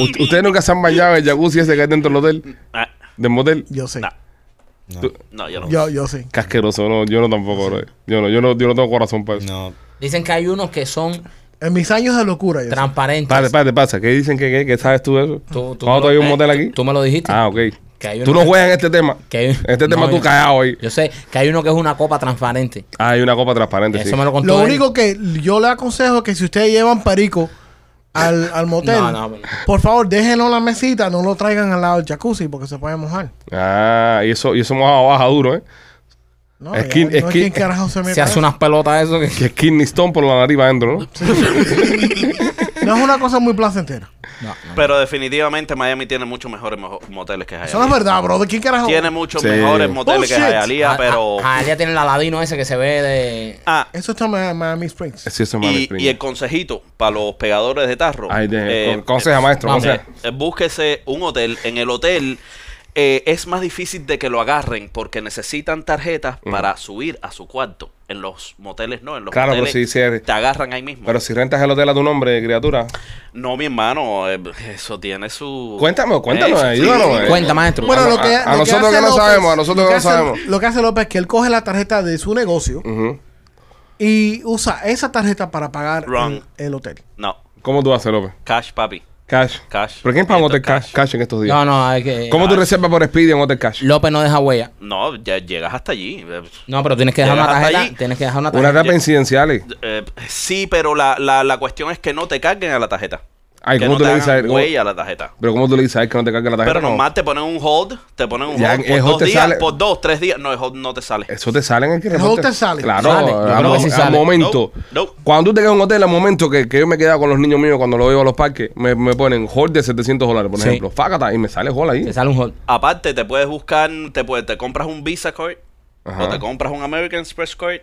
Speaker 1: Ust- ¿Ustedes nunca se han bañado en el jacuzzi ese que hay dentro del hotel?
Speaker 5: Ah,
Speaker 1: ¿Del motel?
Speaker 4: Yo sé.
Speaker 5: No.
Speaker 1: Tú-
Speaker 5: no, yo no.
Speaker 4: Yo, yo sé.
Speaker 1: Qué asqueroso, no, yo no tampoco, bro. Yo no, yo no, yo no tengo corazón para eso.
Speaker 6: No.
Speaker 3: Dicen que hay unos que son
Speaker 4: En mis años de locura, yo sé.
Speaker 3: transparentes.
Speaker 1: Espérate, espérate, pasa. ¿Qué dicen que, que, que sabes tú de eso?
Speaker 3: Tú- tú
Speaker 1: ¿No,
Speaker 3: me lo-
Speaker 1: todavía hay un
Speaker 3: eh,
Speaker 1: motel
Speaker 3: tú-
Speaker 1: aquí?
Speaker 3: Tú, me lo dijiste.
Speaker 1: Ah, ok.
Speaker 3: Que hay
Speaker 1: Tú
Speaker 3: una-
Speaker 1: no juegas en este tema.
Speaker 3: que hay-
Speaker 1: Este tema
Speaker 3: no,
Speaker 1: tú
Speaker 3: yo-
Speaker 1: callado ahí.
Speaker 3: Yo sé que hay uno que es una copa transparente.
Speaker 1: Ah, hay una copa transparente,
Speaker 3: Eso
Speaker 1: sí.
Speaker 3: me lo contó
Speaker 4: Lo
Speaker 3: él.
Speaker 4: único que yo le aconsejo es que si ustedes llevan perico al, al motel,
Speaker 3: No, no, pero-
Speaker 4: por favor déjenlo en la mesita, no lo traigan al lado del jacuzzi porque se puede mojar.
Speaker 1: Ah, y eso, y eso mojado baja duro, ¿eh?
Speaker 4: No,
Speaker 1: Es
Speaker 4: ya
Speaker 1: que-
Speaker 4: no
Speaker 1: es que-
Speaker 4: quién carajo se mete
Speaker 3: se hace
Speaker 4: eso.
Speaker 3: unas pelotas eso que...
Speaker 1: Que es kidney stone por la nariz va adentro, ¿no?
Speaker 4: No es una cosa muy placentera.
Speaker 5: Pero definitivamente Miami tiene muchos mejores mo- moteles que
Speaker 4: Eso no es
Speaker 5: Hialeah.
Speaker 4: verdad, bro. ¿De quién carajo?
Speaker 5: Tiene muchos
Speaker 1: Sí. Oh,
Speaker 5: mejores moteles que
Speaker 4: Bullshit.
Speaker 5: Hialeah, pero...
Speaker 3: Ah, ah, ya tiene el aladino ese que se ve de...
Speaker 5: Ah,
Speaker 4: Eso está en Miami- Miami Springs.
Speaker 1: Sí, eso es
Speaker 5: y,
Speaker 1: Miami
Speaker 5: y
Speaker 1: Springs.
Speaker 5: el consejito para los pegadores de tarro.
Speaker 1: Ay, de-
Speaker 5: eh,
Speaker 1: con- conseja, maestro,
Speaker 5: eh,
Speaker 1: conseja.
Speaker 5: eh, búsquese un hotel. En el hotel eh, es más difícil de que lo agarren porque necesitan tarjetas
Speaker 1: Mm.
Speaker 5: para subir a su cuarto. En los moteles no, en los
Speaker 1: Claro, pero
Speaker 5: moteles
Speaker 1: sí, sí, es-
Speaker 5: te agarran ahí mismo.
Speaker 1: Pero si rentas el hotel a tu nombre, criatura.
Speaker 5: no, mi hermano, eh, eso tiene su...
Speaker 1: Cuéntame, cuéntanos,
Speaker 5: Eso,
Speaker 1: ayúdanos, eh.
Speaker 3: Cuenta, maestro.
Speaker 1: Bueno, a lo- a- a nosotros que no sabemos, a nosotros
Speaker 4: lo
Speaker 1: que no
Speaker 4: hace-
Speaker 1: sabemos.
Speaker 4: Lo que hace López es que él coge la tarjeta de su negocio
Speaker 1: Ujú.
Speaker 4: y usa esa tarjeta para pagar
Speaker 5: Wrong.
Speaker 4: el, el hotel.
Speaker 5: No,
Speaker 1: ¿Cómo tú haces, López?
Speaker 5: cash, papi.
Speaker 1: Cash.
Speaker 5: Cash.
Speaker 1: ¿Pero quién paga un
Speaker 5: Esto
Speaker 1: hotel
Speaker 5: es
Speaker 1: cash?
Speaker 5: cash.
Speaker 1: Cash en estos días.
Speaker 3: No, no, hay que...
Speaker 1: ¿Cómo tú reservas por Speedy en hotel cash?
Speaker 3: López no deja huella.
Speaker 5: No, ya llegas hasta allí. Eh,
Speaker 3: No, pero tienes que dejar
Speaker 5: Llegas
Speaker 3: una
Speaker 5: hasta
Speaker 3: tarjeta.
Speaker 5: allí.
Speaker 3: Tienes que dejar una
Speaker 1: Una
Speaker 3: tarjeta.
Speaker 1: etapa incidenciales.
Speaker 5: eh, sí, pero la, la, la cuestión es que no te carguen a la tarjeta.
Speaker 1: Ay,
Speaker 5: que
Speaker 1: ¿cómo
Speaker 5: no
Speaker 1: tú
Speaker 5: te
Speaker 1: le dices a
Speaker 5: hagan
Speaker 1: él?
Speaker 5: huella a la tarjeta.
Speaker 1: Pero ¿cómo tú le dices a él que no te cargue la tarjeta?
Speaker 5: Pero nomás te ponen un hold, te ponen un
Speaker 1: Ya,
Speaker 5: hold
Speaker 1: el
Speaker 5: por
Speaker 1: hold
Speaker 5: dos
Speaker 1: te
Speaker 5: días,
Speaker 1: sale-
Speaker 5: por dos, tres días. No, el hold no te sale.
Speaker 1: Eso te sale en el que
Speaker 4: El
Speaker 1: reporte-
Speaker 4: hotel sale.
Speaker 1: Claro,
Speaker 3: Sale, yo
Speaker 1: al,
Speaker 3: creo que
Speaker 1: mo-
Speaker 3: sí
Speaker 1: al
Speaker 3: sale.
Speaker 1: momento.
Speaker 5: No, no.
Speaker 1: Cuando tú te quedas en un hotel, al momento que, que yo me quedaba con los niños míos cuando los llevo a los parques, me, me ponen hold de 700 dólares, por
Speaker 3: Sí.
Speaker 1: ejemplo. Fácata, y me sale hold ahí.
Speaker 3: Te sale un hold.
Speaker 5: Aparte, te puedes buscar, te, puedes, te compras un Visa card
Speaker 1: Ajá.
Speaker 5: o te compras un American Express card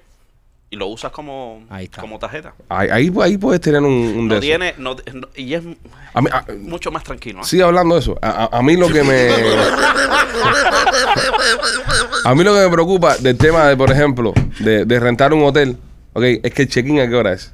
Speaker 5: y lo usas como,
Speaker 3: Ahí está.
Speaker 5: como tarjeta.
Speaker 1: Ahí, ahí, ahí puedes tener un, un de
Speaker 5: No
Speaker 1: esos.
Speaker 5: tiene, no, no- y es
Speaker 1: A mí- a-
Speaker 5: mucho más tranquilo. ¿eh?
Speaker 1: sigue hablando de eso. A, a- a mí lo que me. a mí lo que me preocupa del tema de, por ejemplo, de, de rentar un hotel, ok, es que el check-in a qué hora es.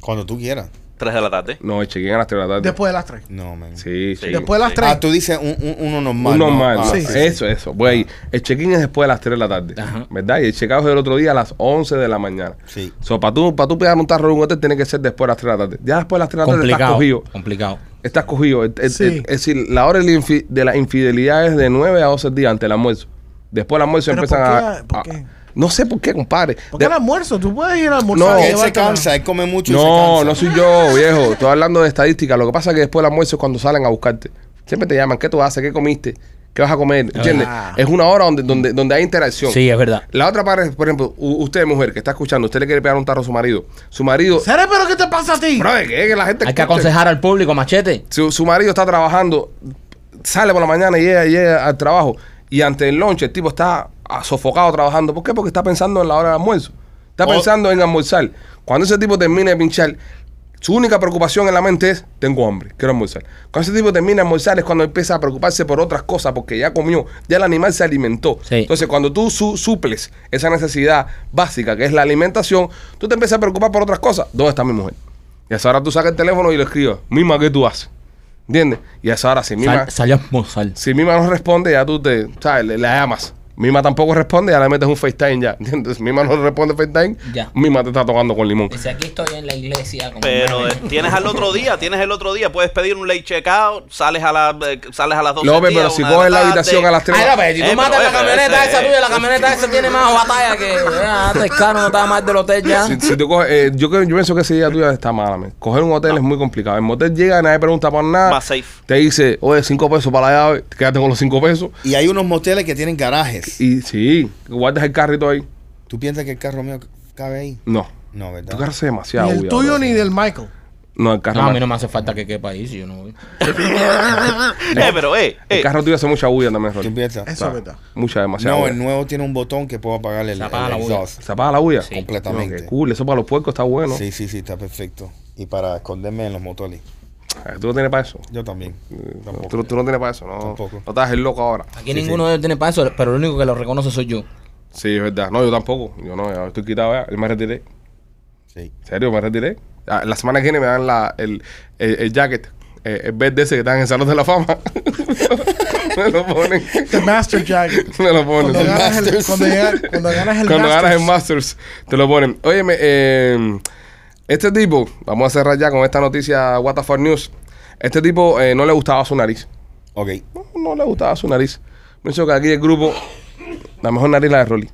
Speaker 6: Cuando tú quieras.
Speaker 5: Tres de la tarde.
Speaker 1: No, el check-in a las 3 de la tarde.
Speaker 4: Después de las 3.
Speaker 6: No, man.
Speaker 1: Sí, sí.
Speaker 4: Después de las 3.
Speaker 6: Ah, tú dices un, un- uno normal.
Speaker 1: Un
Speaker 6: ¿no?
Speaker 1: normal.
Speaker 6: Ah,
Speaker 4: Sí.
Speaker 1: eso, eso. Voy ahí. El check-in es después de las 3 de la tarde.
Speaker 3: Ajá.
Speaker 1: ¿Verdad? Y el check-out es el otro día a las 11 de la mañana.
Speaker 6: Sí.
Speaker 1: So, para tú, para tú pegar un tarro en un hotel, tiene que ser después de las 3 de la tarde. Ya después de las 3 de la tarde estás
Speaker 3: Complicado.
Speaker 1: cogido.
Speaker 3: Complicado.
Speaker 1: Estás cogido. Es, es-
Speaker 4: Sí.
Speaker 1: es- es decir, la hora de la infi- de la infidelidad es de 9 a 12 días antes del almuerzo. Después del almuerzo
Speaker 4: ¿Pero
Speaker 1: empiezan
Speaker 4: por qué?
Speaker 1: a,
Speaker 4: ¿Por
Speaker 1: a-
Speaker 4: qué?
Speaker 1: No sé por qué, compadre.
Speaker 4: Porque
Speaker 1: De-
Speaker 4: el almuerzo, tú puedes ir a almorzar.
Speaker 1: No,
Speaker 4: y
Speaker 6: Él se
Speaker 4: llevártela.
Speaker 6: cansa, él come mucho y se
Speaker 1: No,
Speaker 6: cansa.
Speaker 1: no soy yo, viejo. Estoy hablando de estadística. Lo que pasa es que después del almuerzo es cuando salen a buscarte. Siempre te llaman, ¿qué tú haces? ¿Qué comiste? ¿Qué vas a comer? ¿Entiendes?
Speaker 4: Ah.
Speaker 1: Es una hora donde, donde, donde hay interacción.
Speaker 3: Sí, es verdad.
Speaker 1: La otra parte, es, por ejemplo, u- usted, mujer, que está escuchando, usted le quiere pegar un tarro a su marido. Su marido.
Speaker 4: Cere, pero ¿qué te pasa a ti?
Speaker 1: Bro, es que es que la gente.
Speaker 3: Hay que
Speaker 1: escucha.
Speaker 3: aconsejar al público, machete.
Speaker 1: Su, su marido está trabajando, sale por la mañana y llega, llega al trabajo. Y ante el lunch, el tipo está ah, sofocado trabajando. ¿Por qué? Porque está pensando en la hora del almuerzo. Está
Speaker 6: O-
Speaker 1: pensando en almorzar. Cuando ese tipo termine de pinchar, su única preocupación en la mente es: tengo hambre, quiero almorzar. Cuando ese tipo termina de almorzar es cuando empieza a preocuparse por otras cosas, porque ya comió, ya el animal se alimentó.
Speaker 3: Sí.
Speaker 1: Entonces, cuando tú su- suples esa necesidad básica que es la alimentación, tú te empiezas a preocupar por otras cosas. ¿Dónde está mi mujer? Y a esa hora tú sacas el teléfono y lo escribes. Mima, ¿qué tú haces? ¿Entiendes? Y a esa hora, si Mima,
Speaker 3: Sal, sal a almorzar.
Speaker 1: si Mima no responde, ya tú te, ¿sabes? Le, le llamas. Mima tampoco responde, ya le metes un FaceTime ya. ¿Entiendes? Mima no responde FaCetime,
Speaker 3: Ya.
Speaker 1: Mima te está tocando con limón.
Speaker 3: Dice, aquí estoy en la iglesia. como
Speaker 5: Pero
Speaker 3: un
Speaker 5: eh, tienes al otro día, tienes el otro día, puedes pedir un late checkout, sales a, la, eh, sales a las 12
Speaker 1: López,
Speaker 5: del día,
Speaker 1: pero si
Speaker 5: una de
Speaker 1: coges la
Speaker 5: tarde.
Speaker 1: habitación a las 3
Speaker 3: Ay, no, pero si
Speaker 5: Eh,
Speaker 3: tú matas
Speaker 5: pero,
Speaker 3: la
Speaker 5: eh, pero
Speaker 3: camioneta
Speaker 5: ese,
Speaker 3: esa
Speaker 5: eh.
Speaker 3: tuya, la camioneta esa tiene más batalla que. Ah, este carro no está más del hotel
Speaker 4: Ah.
Speaker 3: ya.
Speaker 1: Si, si tú coges, eh, yo, creo- yo pienso que esa idea tuya está mala, man. Coger un hotel es muy complicado. El motel llega, nadie pregunta por nada.
Speaker 5: Más safe.
Speaker 1: Te dice, oye, cinco pesos para la llave, te quédate con los cinco pesos.
Speaker 6: Y hay unos moteles que tienen garajes.
Speaker 1: Y sí, guardas el carrito ahí.
Speaker 6: ¿Tú piensas que el carro mío cabe ahí?
Speaker 1: No.
Speaker 6: No,
Speaker 1: Tu
Speaker 6: ¿verdad?
Speaker 1: carro es demasiado.
Speaker 4: Ni el
Speaker 1: bulla,
Speaker 4: tuyo
Speaker 1: bro.
Speaker 4: ni del Michael.
Speaker 1: No, el carro.
Speaker 3: No, a
Speaker 1: más-
Speaker 3: mí no me hace falta que quepa ahí si yo no voy.
Speaker 5: Eh, pero, eh,
Speaker 1: El
Speaker 5: eh,
Speaker 1: carro tuyo hace mucha bulla también,
Speaker 6: ¿Tú
Speaker 1: Rolly.
Speaker 6: piensas?
Speaker 4: Eso es verdad.
Speaker 1: Mucha, demasiada.
Speaker 6: No,
Speaker 1: bulla.
Speaker 6: el nuevo tiene un botón que puedo apagar el,
Speaker 3: Se apaga
Speaker 6: el
Speaker 3: la bulla.
Speaker 6: exhaust.
Speaker 1: ¿Se apaga la bulla?
Speaker 3: Sí.
Speaker 1: No, qué
Speaker 6: Completamente.
Speaker 1: cool. Eso para los puercos está bueno.
Speaker 6: Sí, sí, sí, está perfecto. Y para esconderme en los moteles.
Speaker 1: Ah, Tú no tienes para eso.
Speaker 6: Yo también.
Speaker 1: Tú,
Speaker 6: Tampoco.
Speaker 1: tú no tienes para eso, ¿no?
Speaker 6: Tampoco.
Speaker 1: No estás el loco ahora.
Speaker 3: Aquí ninguno de ellos tiene para eso, pero el único que lo reconoce soy yo.
Speaker 1: Sí, es verdad. No, yo tampoco. Yo no, yo estoy quitado ya. Yo me retiré.
Speaker 6: Sí.
Speaker 1: ¿En serio? ¿Me retiré? Ah, La semana que viene me dan la, el, el, el jacket. eh, el verde ese que está en el Salón de la Fama. me lo ponen.
Speaker 4: The Master Jacket.
Speaker 1: Me lo ponen.
Speaker 4: Cuando
Speaker 1: sí.
Speaker 4: ganas el,
Speaker 6: Masters.
Speaker 4: cuando llega- cuando ganas el
Speaker 1: Cuando ganas el Masters,
Speaker 4: Masters.
Speaker 1: te lo ponen. Óyeme, eh, este tipo, vamos a cerrar ya con esta noticia WTF News. Este tipo eh, no le gustaba su nariz.
Speaker 6: Ok.
Speaker 1: No, no le gustaba su nariz. Pienso que aquí el grupo, la mejor nariz es la de Rolly.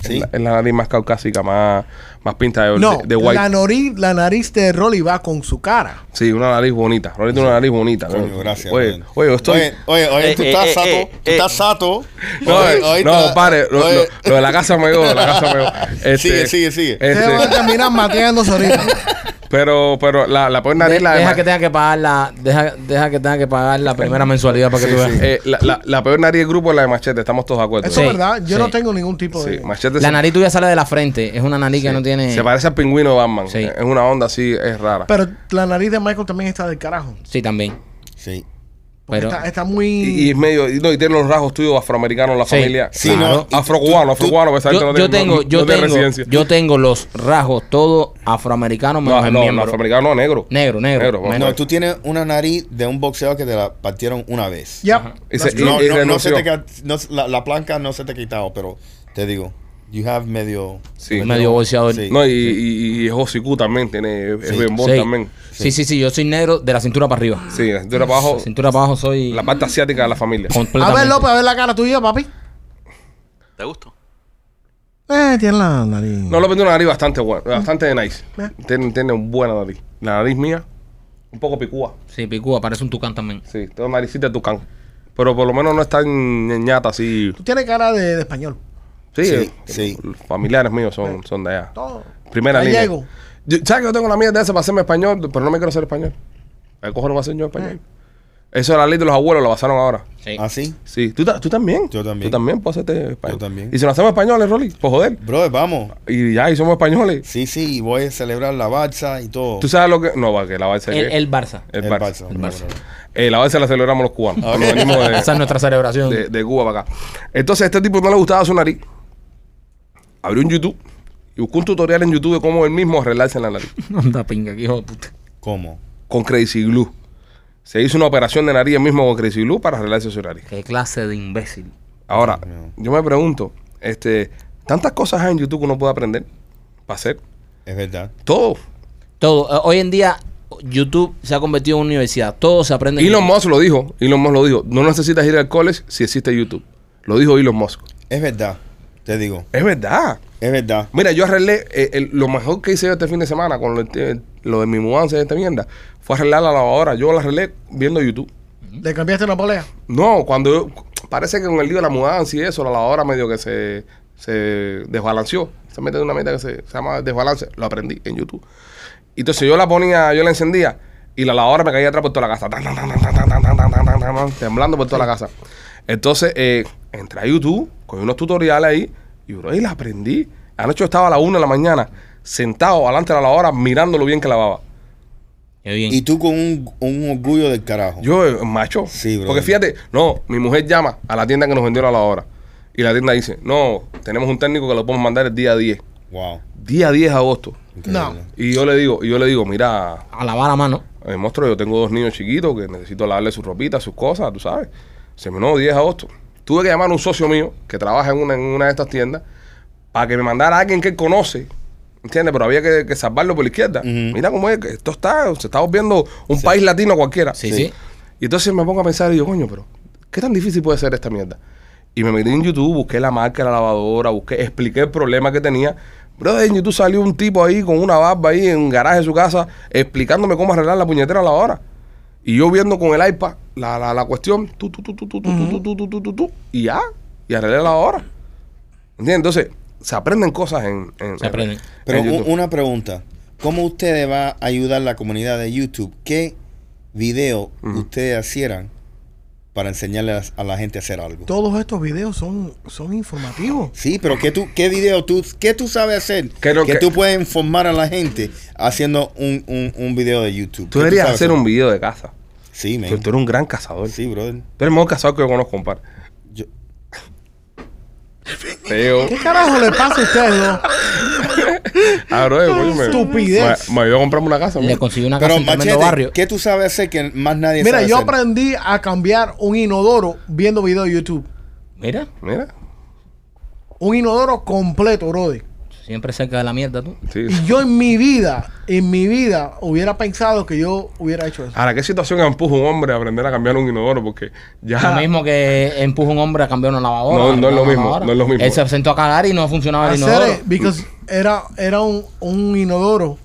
Speaker 6: Sí.
Speaker 1: Es, la, es la nariz más caucásica, más, más pinta de,
Speaker 4: No,
Speaker 1: de, de white.
Speaker 4: La, nariz, la nariz de Rolly va con su cara.
Speaker 1: Sí, una nariz bonita. Rolly tiene una nariz bonita.
Speaker 6: Coño,
Speaker 1: ¿no?
Speaker 6: gracias.
Speaker 1: Oye,
Speaker 6: man.
Speaker 1: oye, estoy.
Speaker 6: Oye, oye, oye,
Speaker 5: Eh,
Speaker 6: tú
Speaker 5: eh,
Speaker 6: estás
Speaker 5: eh,
Speaker 6: sato.
Speaker 5: eh,
Speaker 6: tú
Speaker 5: eh.
Speaker 6: estás sato.
Speaker 1: No,
Speaker 6: Oye,
Speaker 1: eh,
Speaker 6: oye,
Speaker 1: no,
Speaker 6: está-
Speaker 1: padre, lo,
Speaker 6: oye.
Speaker 1: lo- lo de la casa me go, la casa me go. Este,
Speaker 6: Sigue, sigue, sigue.
Speaker 1: este,
Speaker 4: Ustedes van a terminar mateándose ahorita.
Speaker 1: pero, pero la, la peor
Speaker 3: De-
Speaker 1: nariz, la de
Speaker 3: deja
Speaker 1: Ma-
Speaker 3: que tenga que pagar la, deja, deja que tenga que pagar la primera mensualidad para que tú veas.
Speaker 1: eh, la, la- la peor nariz del grupo es la de Machete, estamos todos de acuerdo.
Speaker 4: Eso
Speaker 3: Sí,
Speaker 4: es verdad. Yo
Speaker 3: sí.
Speaker 4: no tengo ningún tipo
Speaker 1: Sí,
Speaker 4: de.
Speaker 1: Machete
Speaker 3: La
Speaker 1: se-
Speaker 3: nariz tuya sale de la frente. Es una nariz que no tiene.
Speaker 1: se parece al pingüino de Batman.
Speaker 3: Sí.
Speaker 1: Es una onda así, es rara.
Speaker 4: Pero la nariz de Michael también está del carajo.
Speaker 3: Sí, también.
Speaker 6: Sí.
Speaker 4: Porque
Speaker 3: Pero-
Speaker 4: está, está
Speaker 1: Y, y
Speaker 4: muy.
Speaker 1: es medio, y, no, y tiene los rasgos tuyos afroamericanos, la
Speaker 3: Sí.
Speaker 1: familia.
Speaker 6: Sí,
Speaker 1: Claro.
Speaker 6: no, y-
Speaker 1: Afrocubano, afrocubano, porque esa gente
Speaker 3: Yo,
Speaker 1: no
Speaker 3: yo
Speaker 1: tiene-
Speaker 3: tengo,
Speaker 1: no-
Speaker 3: yo
Speaker 1: no tiene
Speaker 3: tengo,
Speaker 1: residencia.
Speaker 3: yo tengo los rasgos todos afroamericanos menos
Speaker 1: no,
Speaker 3: el
Speaker 1: no,
Speaker 3: miembro.
Speaker 1: no, afroamericano no, negro.
Speaker 3: Negro, negro.
Speaker 1: Negro, vamos.
Speaker 3: menos-
Speaker 6: No, tú tienes una nariz de un boxeador que te la partieron una vez.
Speaker 4: Ya.
Speaker 1: Y se-
Speaker 4: That's
Speaker 1: y-
Speaker 4: true.
Speaker 6: No,
Speaker 1: y
Speaker 6: no, no
Speaker 1: renunció.
Speaker 6: se te ca- no se- la, la planca no se te ha quitado, pero te digo, you have medio.
Speaker 1: Sí.
Speaker 3: Medio boxeador.
Speaker 6: Sí.
Speaker 1: No, y, y, y es hocicú también, tiene, es
Speaker 6: Sí.
Speaker 1: bembón
Speaker 3: Sí.
Speaker 1: también.
Speaker 3: Sí, sí, sí, yo soy negro de la cintura para arriba.
Speaker 1: Sí, la cintura para abajo,
Speaker 3: Cintura para abajo soy
Speaker 1: la parte asiática de la familia.
Speaker 4: A
Speaker 3: completamente.
Speaker 4: ver, López, a ver la cara tuya, papi.
Speaker 5: ¿Te gustó?
Speaker 4: Eh, tiene la nariz.
Speaker 1: No, López tiene una nariz bastante buena, bastante nice. Tiene, tiene un buena nariz. La nariz mía, un poco picúa.
Speaker 3: Sí, Picúa, parece un tucán también.
Speaker 1: Sí, tengo naricita de tucán. Pero por lo menos no es tan ñata así.
Speaker 4: Tú tienes cara de, de español.
Speaker 1: Sí,
Speaker 6: Sí,
Speaker 1: eh,
Speaker 6: sí. Eh.
Speaker 1: los familiares míos son, son de allá.
Speaker 4: Todo.
Speaker 1: Primera
Speaker 4: Gallego.
Speaker 1: línea. Yo, ¿Sabes que yo tengo la mía de esa para hacerme español? Pero no me quiero hacer español. ¿Qué cojones voy a hacer yo español?
Speaker 6: Eh.
Speaker 1: Eso era la ley de los abuelos, la basaron ahora.
Speaker 3: Sí.
Speaker 6: Así.
Speaker 1: Sí, ¿Tú, ta- tú también.
Speaker 6: Yo también.
Speaker 1: Tú también puedes hacerte español.
Speaker 6: Yo también.
Speaker 1: Y si nos hacemos españoles, Rolly, pues joder.
Speaker 6: Brother, vamos.
Speaker 1: Y ya, y somos españoles.
Speaker 6: Sí, sí, y voy a celebrar la Barça y todo.
Speaker 1: Tú sabes lo que. No, va, que la Barça.
Speaker 3: El,
Speaker 1: ¿qué?
Speaker 3: el Barça.
Speaker 1: El Barça.
Speaker 6: Oh. El Barça.
Speaker 1: Eh, la Barça la celebramos los cubanos. Cuando venimos de-
Speaker 3: Esa es nuestra celebración.
Speaker 1: de, de Cuba para acá. Entonces, a este tipo no le gustaba su nariz. Abrió un YouTube y buscó un tutorial en YouTube de cómo él mismo arreglarse en la nariz.
Speaker 3: Anda pinga, que hijo de puta.
Speaker 6: ¿Cómo?
Speaker 1: Con Crazy Glue. Se hizo una operación de nariz él mismo con Crazy Glue para arreglarse su nariz.
Speaker 3: Qué clase de imbécil.
Speaker 1: Ahora,
Speaker 6: Dios mío.
Speaker 1: yo me pregunto, este, tantas cosas hay en YouTube que uno puede aprender para hacer.
Speaker 6: Es verdad.
Speaker 1: Todo.
Speaker 3: Todo. eh, hoy en día, YouTube se ha convertido en una universidad. Todo se aprende. en
Speaker 1: Elon
Speaker 3: YouTube.
Speaker 1: Musk lo dijo. Elon Musk lo dijo. No necesitas ir al college si existe YouTube. Lo dijo Elon Musk.
Speaker 6: Es verdad. Te digo.
Speaker 1: Es verdad.
Speaker 6: Es verdad.
Speaker 1: Mira, yo arreglé eh, el- lo mejor que hice yo este fin de semana con lo, de- lo de mi mudanza y esta mierda. Fue arreglar la lavadora. Yo la arreglé viendo YouTube.
Speaker 4: ¿Le cambiaste la polea?
Speaker 1: No, cuando yo- parece que con el lío de la mudanza y eso, la lavadora medio que se, se desbalanceó. Se mete en una meta que se, se llama desbalance. Lo aprendí en YouTube. Y Entonces yo la ponía, yo la encendía y la lavadora me caía atrás por toda la casa. Tan, tan, tan, tan, tan, tan, tan, tan, tan, tan, tan, tan, temblando por toda la casa. Entonces eh, entré a YouTube, con unos tutoriales ahí y, bro, y la aprendí. Anoche yo estaba a la una de la mañana sentado delante de la lavadora mirando lo bien que lavaba.
Speaker 3: Qué bien.
Speaker 6: Y tú con un, un orgullo del carajo.
Speaker 1: Yo, eh, macho.
Speaker 6: Sí, bro.
Speaker 1: Porque fíjate, no, mi mujer llama a la tienda que nos vendió la lavadora. Y la tienda dice, no, tenemos un técnico que lo podemos mandar el día 10.
Speaker 6: Wow.
Speaker 1: Día 10 de agosto.
Speaker 6: Increíble.
Speaker 4: No.
Speaker 1: Y yo le digo, y yo le digo, mira,
Speaker 3: A lavar a mano.
Speaker 1: eh, monstruo, yo tengo dos niños chiquitos que necesito lavarle sus ropitas, sus cosas, tú sabes. Se me no, 10 de agosto. Tuve que llamar a un socio mío que trabaja en una, en una de estas tiendas para que me mandara a alguien que él conoce. ¿Entiendes? Pero había que, que salvarlo por la izquierda.
Speaker 6: Ujú.
Speaker 1: Mira cómo es, que esto está, se está volviendo un país latino cualquiera.
Speaker 3: Sí, sí.
Speaker 1: Y entonces me pongo a pensar y digo, coño, pero ¿qué tan difícil puede ser esta mierda? Y me metí en YouTube, busqué la marca de la lavadora, busqué, expliqué el problema que tenía. Brother, en YouTube salió un tipo ahí con una barba ahí en un garaje de su casa explicándome cómo arreglar la puñetera lavadora. Y yo viendo con el iPad la, la, la cuestión, tú, tú, tú, tú, tú, tú, tú, tú, tú, tú, tú, tú, y ya, y arreglé la lavadora. ¿Entiendes? Entonces, se aprenden cosas en, en-
Speaker 3: Se aprenden.
Speaker 1: en
Speaker 6: Pero u-
Speaker 1: YouTube.
Speaker 6: una pregunta. ¿Cómo ustedes van a ayudar a la comunidad de YouTube? ¿Qué video
Speaker 1: Mm.
Speaker 6: ustedes hicieran para enseñarle a, a la gente a hacer algo?
Speaker 4: Todos estos videos son, son informativos.
Speaker 6: Sí, pero ¿qué, tú, qué video tú, qué tú sabes hacer?
Speaker 1: Que no-
Speaker 6: que,
Speaker 1: que-
Speaker 6: tú puedes informar a la gente haciendo un, un, un video de YouTube.
Speaker 1: Tú
Speaker 6: ¿Qué
Speaker 1: deberías
Speaker 6: sabes
Speaker 1: hacer un video de caza.
Speaker 6: Sí, man.
Speaker 1: Tú, tú eres un gran cazador.
Speaker 6: Sí, brother.
Speaker 1: Tú eres el mejor cazador que yo conozco, compadre.
Speaker 6: Yo-
Speaker 1: Teo.
Speaker 4: ¿Qué carajo le pasa a ustedes dos?
Speaker 1: Ah, bro, coño, me,
Speaker 4: Estupidez.
Speaker 1: me, me ayudó a comprarme una casa.
Speaker 3: Le
Speaker 1: bro.
Speaker 3: consiguió una casa
Speaker 6: Pero,
Speaker 3: en tremendo
Speaker 6: Machete,
Speaker 3: barrio.
Speaker 6: ¿qué tú sabes hacer que más nadie
Speaker 4: Mira,
Speaker 6: sabe
Speaker 4: yo
Speaker 6: hacer?
Speaker 4: aprendí a cambiar un inodoro viendo videos de YouTube.
Speaker 3: Mira,
Speaker 1: Mira.
Speaker 4: Un inodoro completo, brother.
Speaker 3: siempre cerca de la mierda tú.
Speaker 1: Sí.
Speaker 4: Y yo en mi vida, en mi vida, hubiera pensado que yo hubiera hecho eso.
Speaker 1: Ahora, ¿qué situación empuja un hombre a aprender a cambiar un inodoro? Porque ya.
Speaker 3: Lo mismo que empuja un hombre a cambiar una lavadora.
Speaker 1: No, no es lo
Speaker 3: Una
Speaker 1: mismo,
Speaker 3: lavadora.
Speaker 1: no es lo mismo.
Speaker 3: Él se sentó a cagar y no funcionaba el
Speaker 4: Hacer
Speaker 3: inodoro.
Speaker 4: es- because era, era un, un inodoro.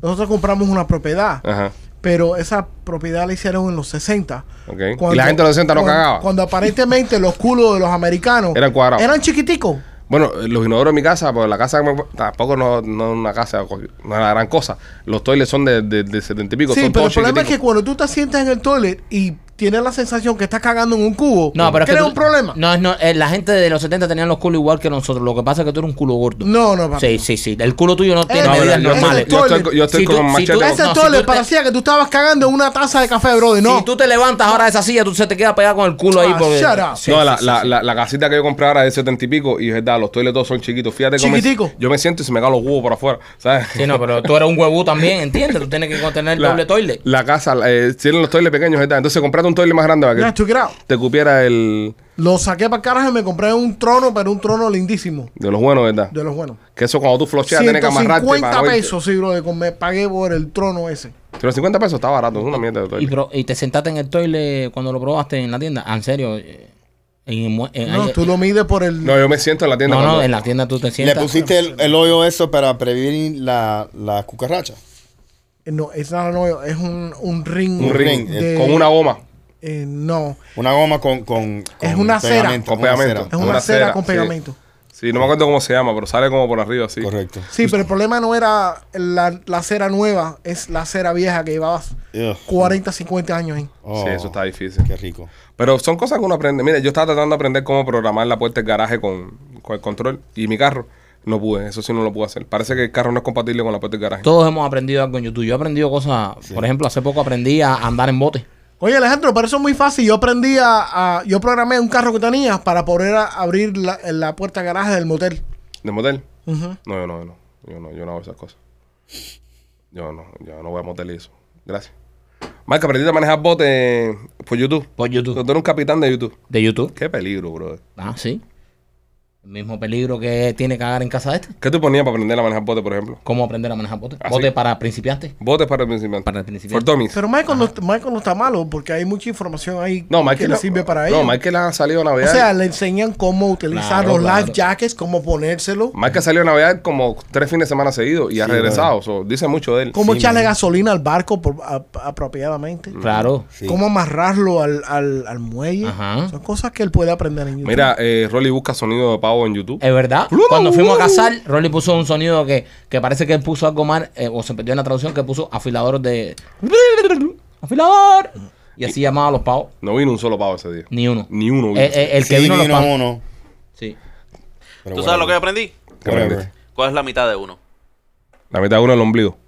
Speaker 4: Nosotros compramos una propiedad,
Speaker 1: Ajá.
Speaker 4: pero esa propiedad la hicieron en los 60.
Speaker 1: Ok. ¿Y la gente de los 60 no
Speaker 4: cuan-
Speaker 1: cagaba?
Speaker 4: Cuando aparentemente los culos de los americanos
Speaker 1: Eran cuadrados.
Speaker 4: Eran chiquiticos.
Speaker 1: Bueno, eh, los inodoros en mi casa, pero la casa que me- tampoco no, no es una casa, co- no es la gran cosa. Los toiles son de, de, de 70 y pico.
Speaker 4: Sí,
Speaker 1: son
Speaker 4: pero el
Speaker 1: todos
Speaker 4: problema es que
Speaker 1: chiquiticos.
Speaker 4: cuando tú te sientas en el toilet y tienes la sensación que estás cagando en un cubo,
Speaker 3: No, pero es que
Speaker 4: crea
Speaker 3: tú-
Speaker 4: un problema.
Speaker 3: No, es no, eh, la gente de los 70 tenían los culos igual que nosotros. Lo que pasa es que tú eres un culo gordo.
Speaker 4: No, no, papi. Eh,
Speaker 3: Sí, sí, sí. El culo tuyo no tiene
Speaker 1: No, pero
Speaker 3: medidas
Speaker 1: yo,
Speaker 3: normales.
Speaker 1: estoy, yo estoy,
Speaker 4: normales.
Speaker 1: yo estoy
Speaker 3: Si
Speaker 1: con
Speaker 3: tú- si
Speaker 1: machete.
Speaker 3: tú-
Speaker 1: con-
Speaker 4: Ese
Speaker 3: No, si tú
Speaker 4: toilet
Speaker 3: te-
Speaker 4: parecía que tú estabas cagando en una taza de café, brother. No.
Speaker 3: Si tú te levantas ahora de esa silla, tú se te queda pegado con el culo ahí.
Speaker 4: Ah,
Speaker 3: porque-
Speaker 4: shut up.
Speaker 3: Sí,
Speaker 1: no,
Speaker 3: sí,
Speaker 1: la,
Speaker 3: sí,
Speaker 1: la,
Speaker 3: sí.
Speaker 1: la- la casita que yo compré ahora es de 70 y pico y es verdad, los toiles todos son chiquitos. Fíjate cómo me-
Speaker 4: Chiquitico.
Speaker 1: yo me siento y se me caen los huevos por afuera. ¿Sabes?
Speaker 3: Sí, no, pero tú eres un huevú también, ¿entiendes? Tú tienes que contener el doble toile.
Speaker 1: La casa, la- eh, tienen los toiles pequeños, ¿verdad? Entonces comprate un toile más grande para que
Speaker 4: Ya, check it out.
Speaker 1: te cupiera el
Speaker 4: Lo saqué para carajo y me compré un trono, pero un trono lindísimo.
Speaker 1: de los buenos, ¿verdad?
Speaker 4: De los buenos.
Speaker 1: Que eso cuando tú flocheas tienes que amarrarte para
Speaker 4: 150
Speaker 1: no irte.
Speaker 4: pesos, sí, brother, con- me pagué por el trono ese.
Speaker 1: Pero 50 pesos está barato, es una mierda de
Speaker 3: Y,
Speaker 1: toile.
Speaker 3: pro- y te sentaste en el toile cuando lo probaste en la tienda. Ah, en serio. eh, en el mue- en-
Speaker 4: No,
Speaker 3: Eh, ahí-
Speaker 4: tú lo mides por el.
Speaker 1: No, yo me siento en la tienda.
Speaker 3: no, no,
Speaker 1: cuando-
Speaker 3: en la tienda tú te
Speaker 6: Le
Speaker 3: sientas.
Speaker 6: pusiste el, el hoyo eso para prevenir la, la cucaracha.
Speaker 4: No, es nada nuevo, es un, un ring.
Speaker 1: un ring
Speaker 4: de-
Speaker 1: eh, con una goma.
Speaker 4: eh, no,
Speaker 6: Una goma con, con, con
Speaker 4: Es una cera.
Speaker 1: Con
Speaker 6: una
Speaker 1: pegamento.
Speaker 6: cera.
Speaker 4: es una,
Speaker 1: Una
Speaker 4: cera,
Speaker 1: cera,
Speaker 4: con
Speaker 1: sí.
Speaker 4: pegamento.
Speaker 1: Sí, no me acuerdo cómo se llama, pero sale como por arriba, sí.
Speaker 6: Correcto.
Speaker 4: Sí, pero el problema no era la, la cera nueva, es la cera vieja que llevabas
Speaker 6: Ugh.
Speaker 4: 40, 50 años ahí.
Speaker 6: Oh,
Speaker 1: Sí, eso está difícil.
Speaker 6: Qué rico.
Speaker 1: Pero son cosas que uno aprende. Mira, yo estaba tratando de aprender cómo programar la puerta del garaje con, con el control y mi carro. No pude, eso sí no lo pude hacer. Parece que el carro no es compatible con la puerta del garaje.
Speaker 3: Todos hemos aprendido algo en YouTube. Yo he aprendido cosas. Por ejemplo, hace poco aprendí a andar en bote.
Speaker 4: Oye, Alejandro, pero eso es muy fácil. Yo aprendí a, a- Yo programé un carro que tenía para poder a- abrir la, la puerta de garaje del motel.
Speaker 1: ¿De motel? No, yo no, yo no. Yo no, yo no hago esas cosas. Yo no, yo no voy a motel y eso. Gracias. Marca, aprendiste a manejar bote por YouTube.
Speaker 3: Por YouTube.
Speaker 1: Tú eres un capitán de YouTube.
Speaker 3: De YouTube.
Speaker 1: Qué peligro, brother.
Speaker 3: Ah, sí. El mismo peligro que tiene cagar en casa de este.
Speaker 1: ¿Qué tú ponías para aprender a manejar bote, por ejemplo?
Speaker 3: ¿Cómo aprender a manejar bote?
Speaker 1: Ah,
Speaker 3: Bote
Speaker 1: sí.
Speaker 3: para principiantes.
Speaker 1: Botes para principiantes.
Speaker 3: Para
Speaker 1: For
Speaker 3: principiantes.
Speaker 1: dummies.
Speaker 4: Pero Michael no, Michael no está malo porque hay mucha información ahí
Speaker 1: No,
Speaker 4: que
Speaker 1: Michael
Speaker 4: le sirve para
Speaker 1: No,
Speaker 4: ellos.
Speaker 1: Michael ha salido a
Speaker 4: o
Speaker 1: navegar.
Speaker 4: sea, le enseñan cómo utilizar
Speaker 3: Claro,
Speaker 4: los
Speaker 3: claro.
Speaker 4: life jackets, cómo ponérselo,
Speaker 1: Michael ha salido a navegar como tres fines de semana seguidos y ha regresado. So, dice mucho de él.
Speaker 4: cómo echarle gasolina al barco por- a- apropiadamente,
Speaker 3: Claro.
Speaker 6: Sí.
Speaker 4: cómo amarrarlo al, al- al muelle.
Speaker 3: Ajá.
Speaker 4: Son cosas que él puede aprender en YouTube.
Speaker 1: Mira, eh, Rolly busca sonido de pavo en YouTube.
Speaker 3: Es verdad. Cuando fuimos a cazar, Rolly puso un sonido que, que parece que él puso algo mal, eh, o se perdió en la traducción, que puso afilador de. ¡Afilador! Y así llamaba a los pavos.
Speaker 1: No vino un solo pavo ese día.
Speaker 3: Ni uno.
Speaker 1: Ni uno vino.
Speaker 3: Eh, eh, el que
Speaker 6: Sí,
Speaker 3: vino a los
Speaker 6: vino
Speaker 3: pavos.
Speaker 6: uno.
Speaker 3: Sí.
Speaker 6: Pero
Speaker 5: ¿Tú sabes lo que
Speaker 6: whatever.
Speaker 5: aprendí?
Speaker 1: ¿Qué aprendiste?
Speaker 5: ¿Cuál es la mitad de uno?
Speaker 1: La mitad de uno en el ombligo.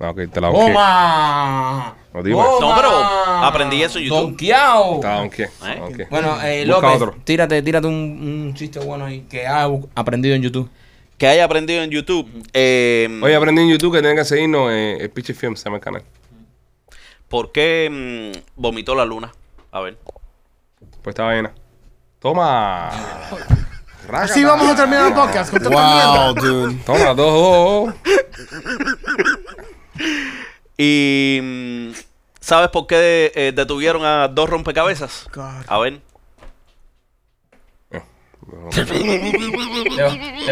Speaker 1: Ah, ok,
Speaker 3: Oh,
Speaker 1: te la busqué.
Speaker 3: ¡Toma!
Speaker 1: No, dime.
Speaker 5: No, pero aprendí eso en YouTube.
Speaker 3: Donkeado.
Speaker 1: Está donkey,
Speaker 5: ¿Eh?
Speaker 1: donkey.
Speaker 3: Bueno, eh,
Speaker 1: Busca
Speaker 3: López,
Speaker 1: otro.
Speaker 3: tírate, tírate un, un chiste bueno ahí que has aprendido en YouTube.
Speaker 5: Que haya aprendido en YouTube. Eh,
Speaker 1: Oye, aprendí en YouTube que tienen que seguirnos eh, el Pichi Film, se llama el canal.
Speaker 5: ¿Por qué mm, vomitó la luna? A ver.
Speaker 1: Pues está vaina. Toma. Rácata.
Speaker 4: Así vamos a terminar el podcast con tanta mierda.
Speaker 6: Wow, dude.
Speaker 1: Toma, dos, dos, dos.
Speaker 5: ¿Y mm, sabes por qué eh, detuvieron a dos rompecabezas?
Speaker 4: God.
Speaker 5: A ver.
Speaker 3: Te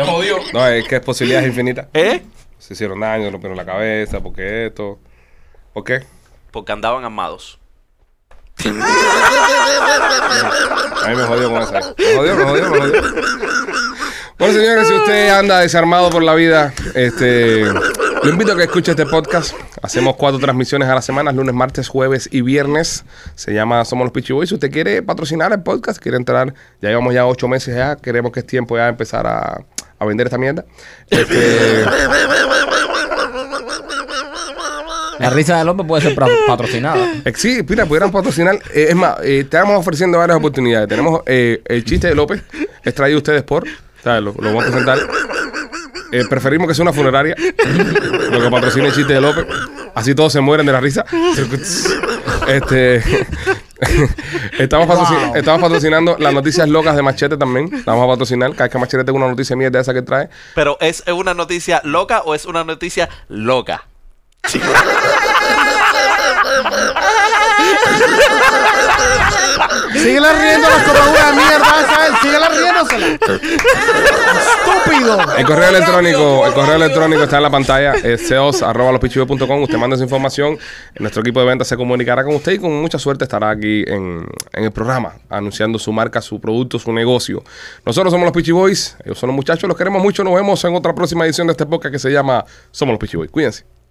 Speaker 3: jodió.
Speaker 1: No, es que es posibilidades infinitas.
Speaker 5: ¿Eh?
Speaker 1: Se hicieron daño, se rompieron la cabeza, porque esto. ¿Por qué?
Speaker 5: Porque andaban armados.
Speaker 1: A mí me jodió con esa. Me jodió, me jodió, me jodió. Bueno, señores, si usted anda desarmado por la vida, este, lo invito a que escuche este podcast. Hacemos cuatro transmisiones a la semana, lunes, martes, jueves y viernes. Se llama Somos los Pichiboys. Si usted quiere patrocinar el podcast, quiere entrar, ya llevamos ya ocho meses ya, queremos que es tiempo ya de empezar a, a vender esta mierda. Este,
Speaker 3: La risa de López puede ser pra- patrocinada.
Speaker 1: Eh, Sí, mira, pudieran patrocinar. Eh, es más, eh, estamos ofreciendo varias oportunidades. Tenemos eh, el chiste de López, es traído a ustedes por. ¿sabes? Lo, lo vamos a presentar. Eh, preferimos que sea una funeraria. lo que patrocina el chiste de López. Así todos se mueren de la risa. Este. estamos, patrocin- estamos patrocinando las noticias locas de Machete también. Las vamos a patrocinar. Cada vez que Machete tenga una noticia mierda esa que trae.
Speaker 5: Pero ¿es una noticia loca o es una noticia loca?
Speaker 4: Síguela riendo las comadura de mierda, ¿sabes? Síguela riéndosela. Estúpido.
Speaker 1: El correo electrónico, el correo electrónico está en la pantalla, es seos.lospichivos.com. Usted manda su información, nuestro equipo de ventas se comunicará con usted y con mucha suerte estará aquí en, en el programa, anunciando su marca, su producto, su negocio. Nosotros somos los Pichi Boys, ellos son los muchachos, los queremos mucho, nos vemos en otra próxima edición de este podcast que se llama Somos los Pichi Boys. Cuídense.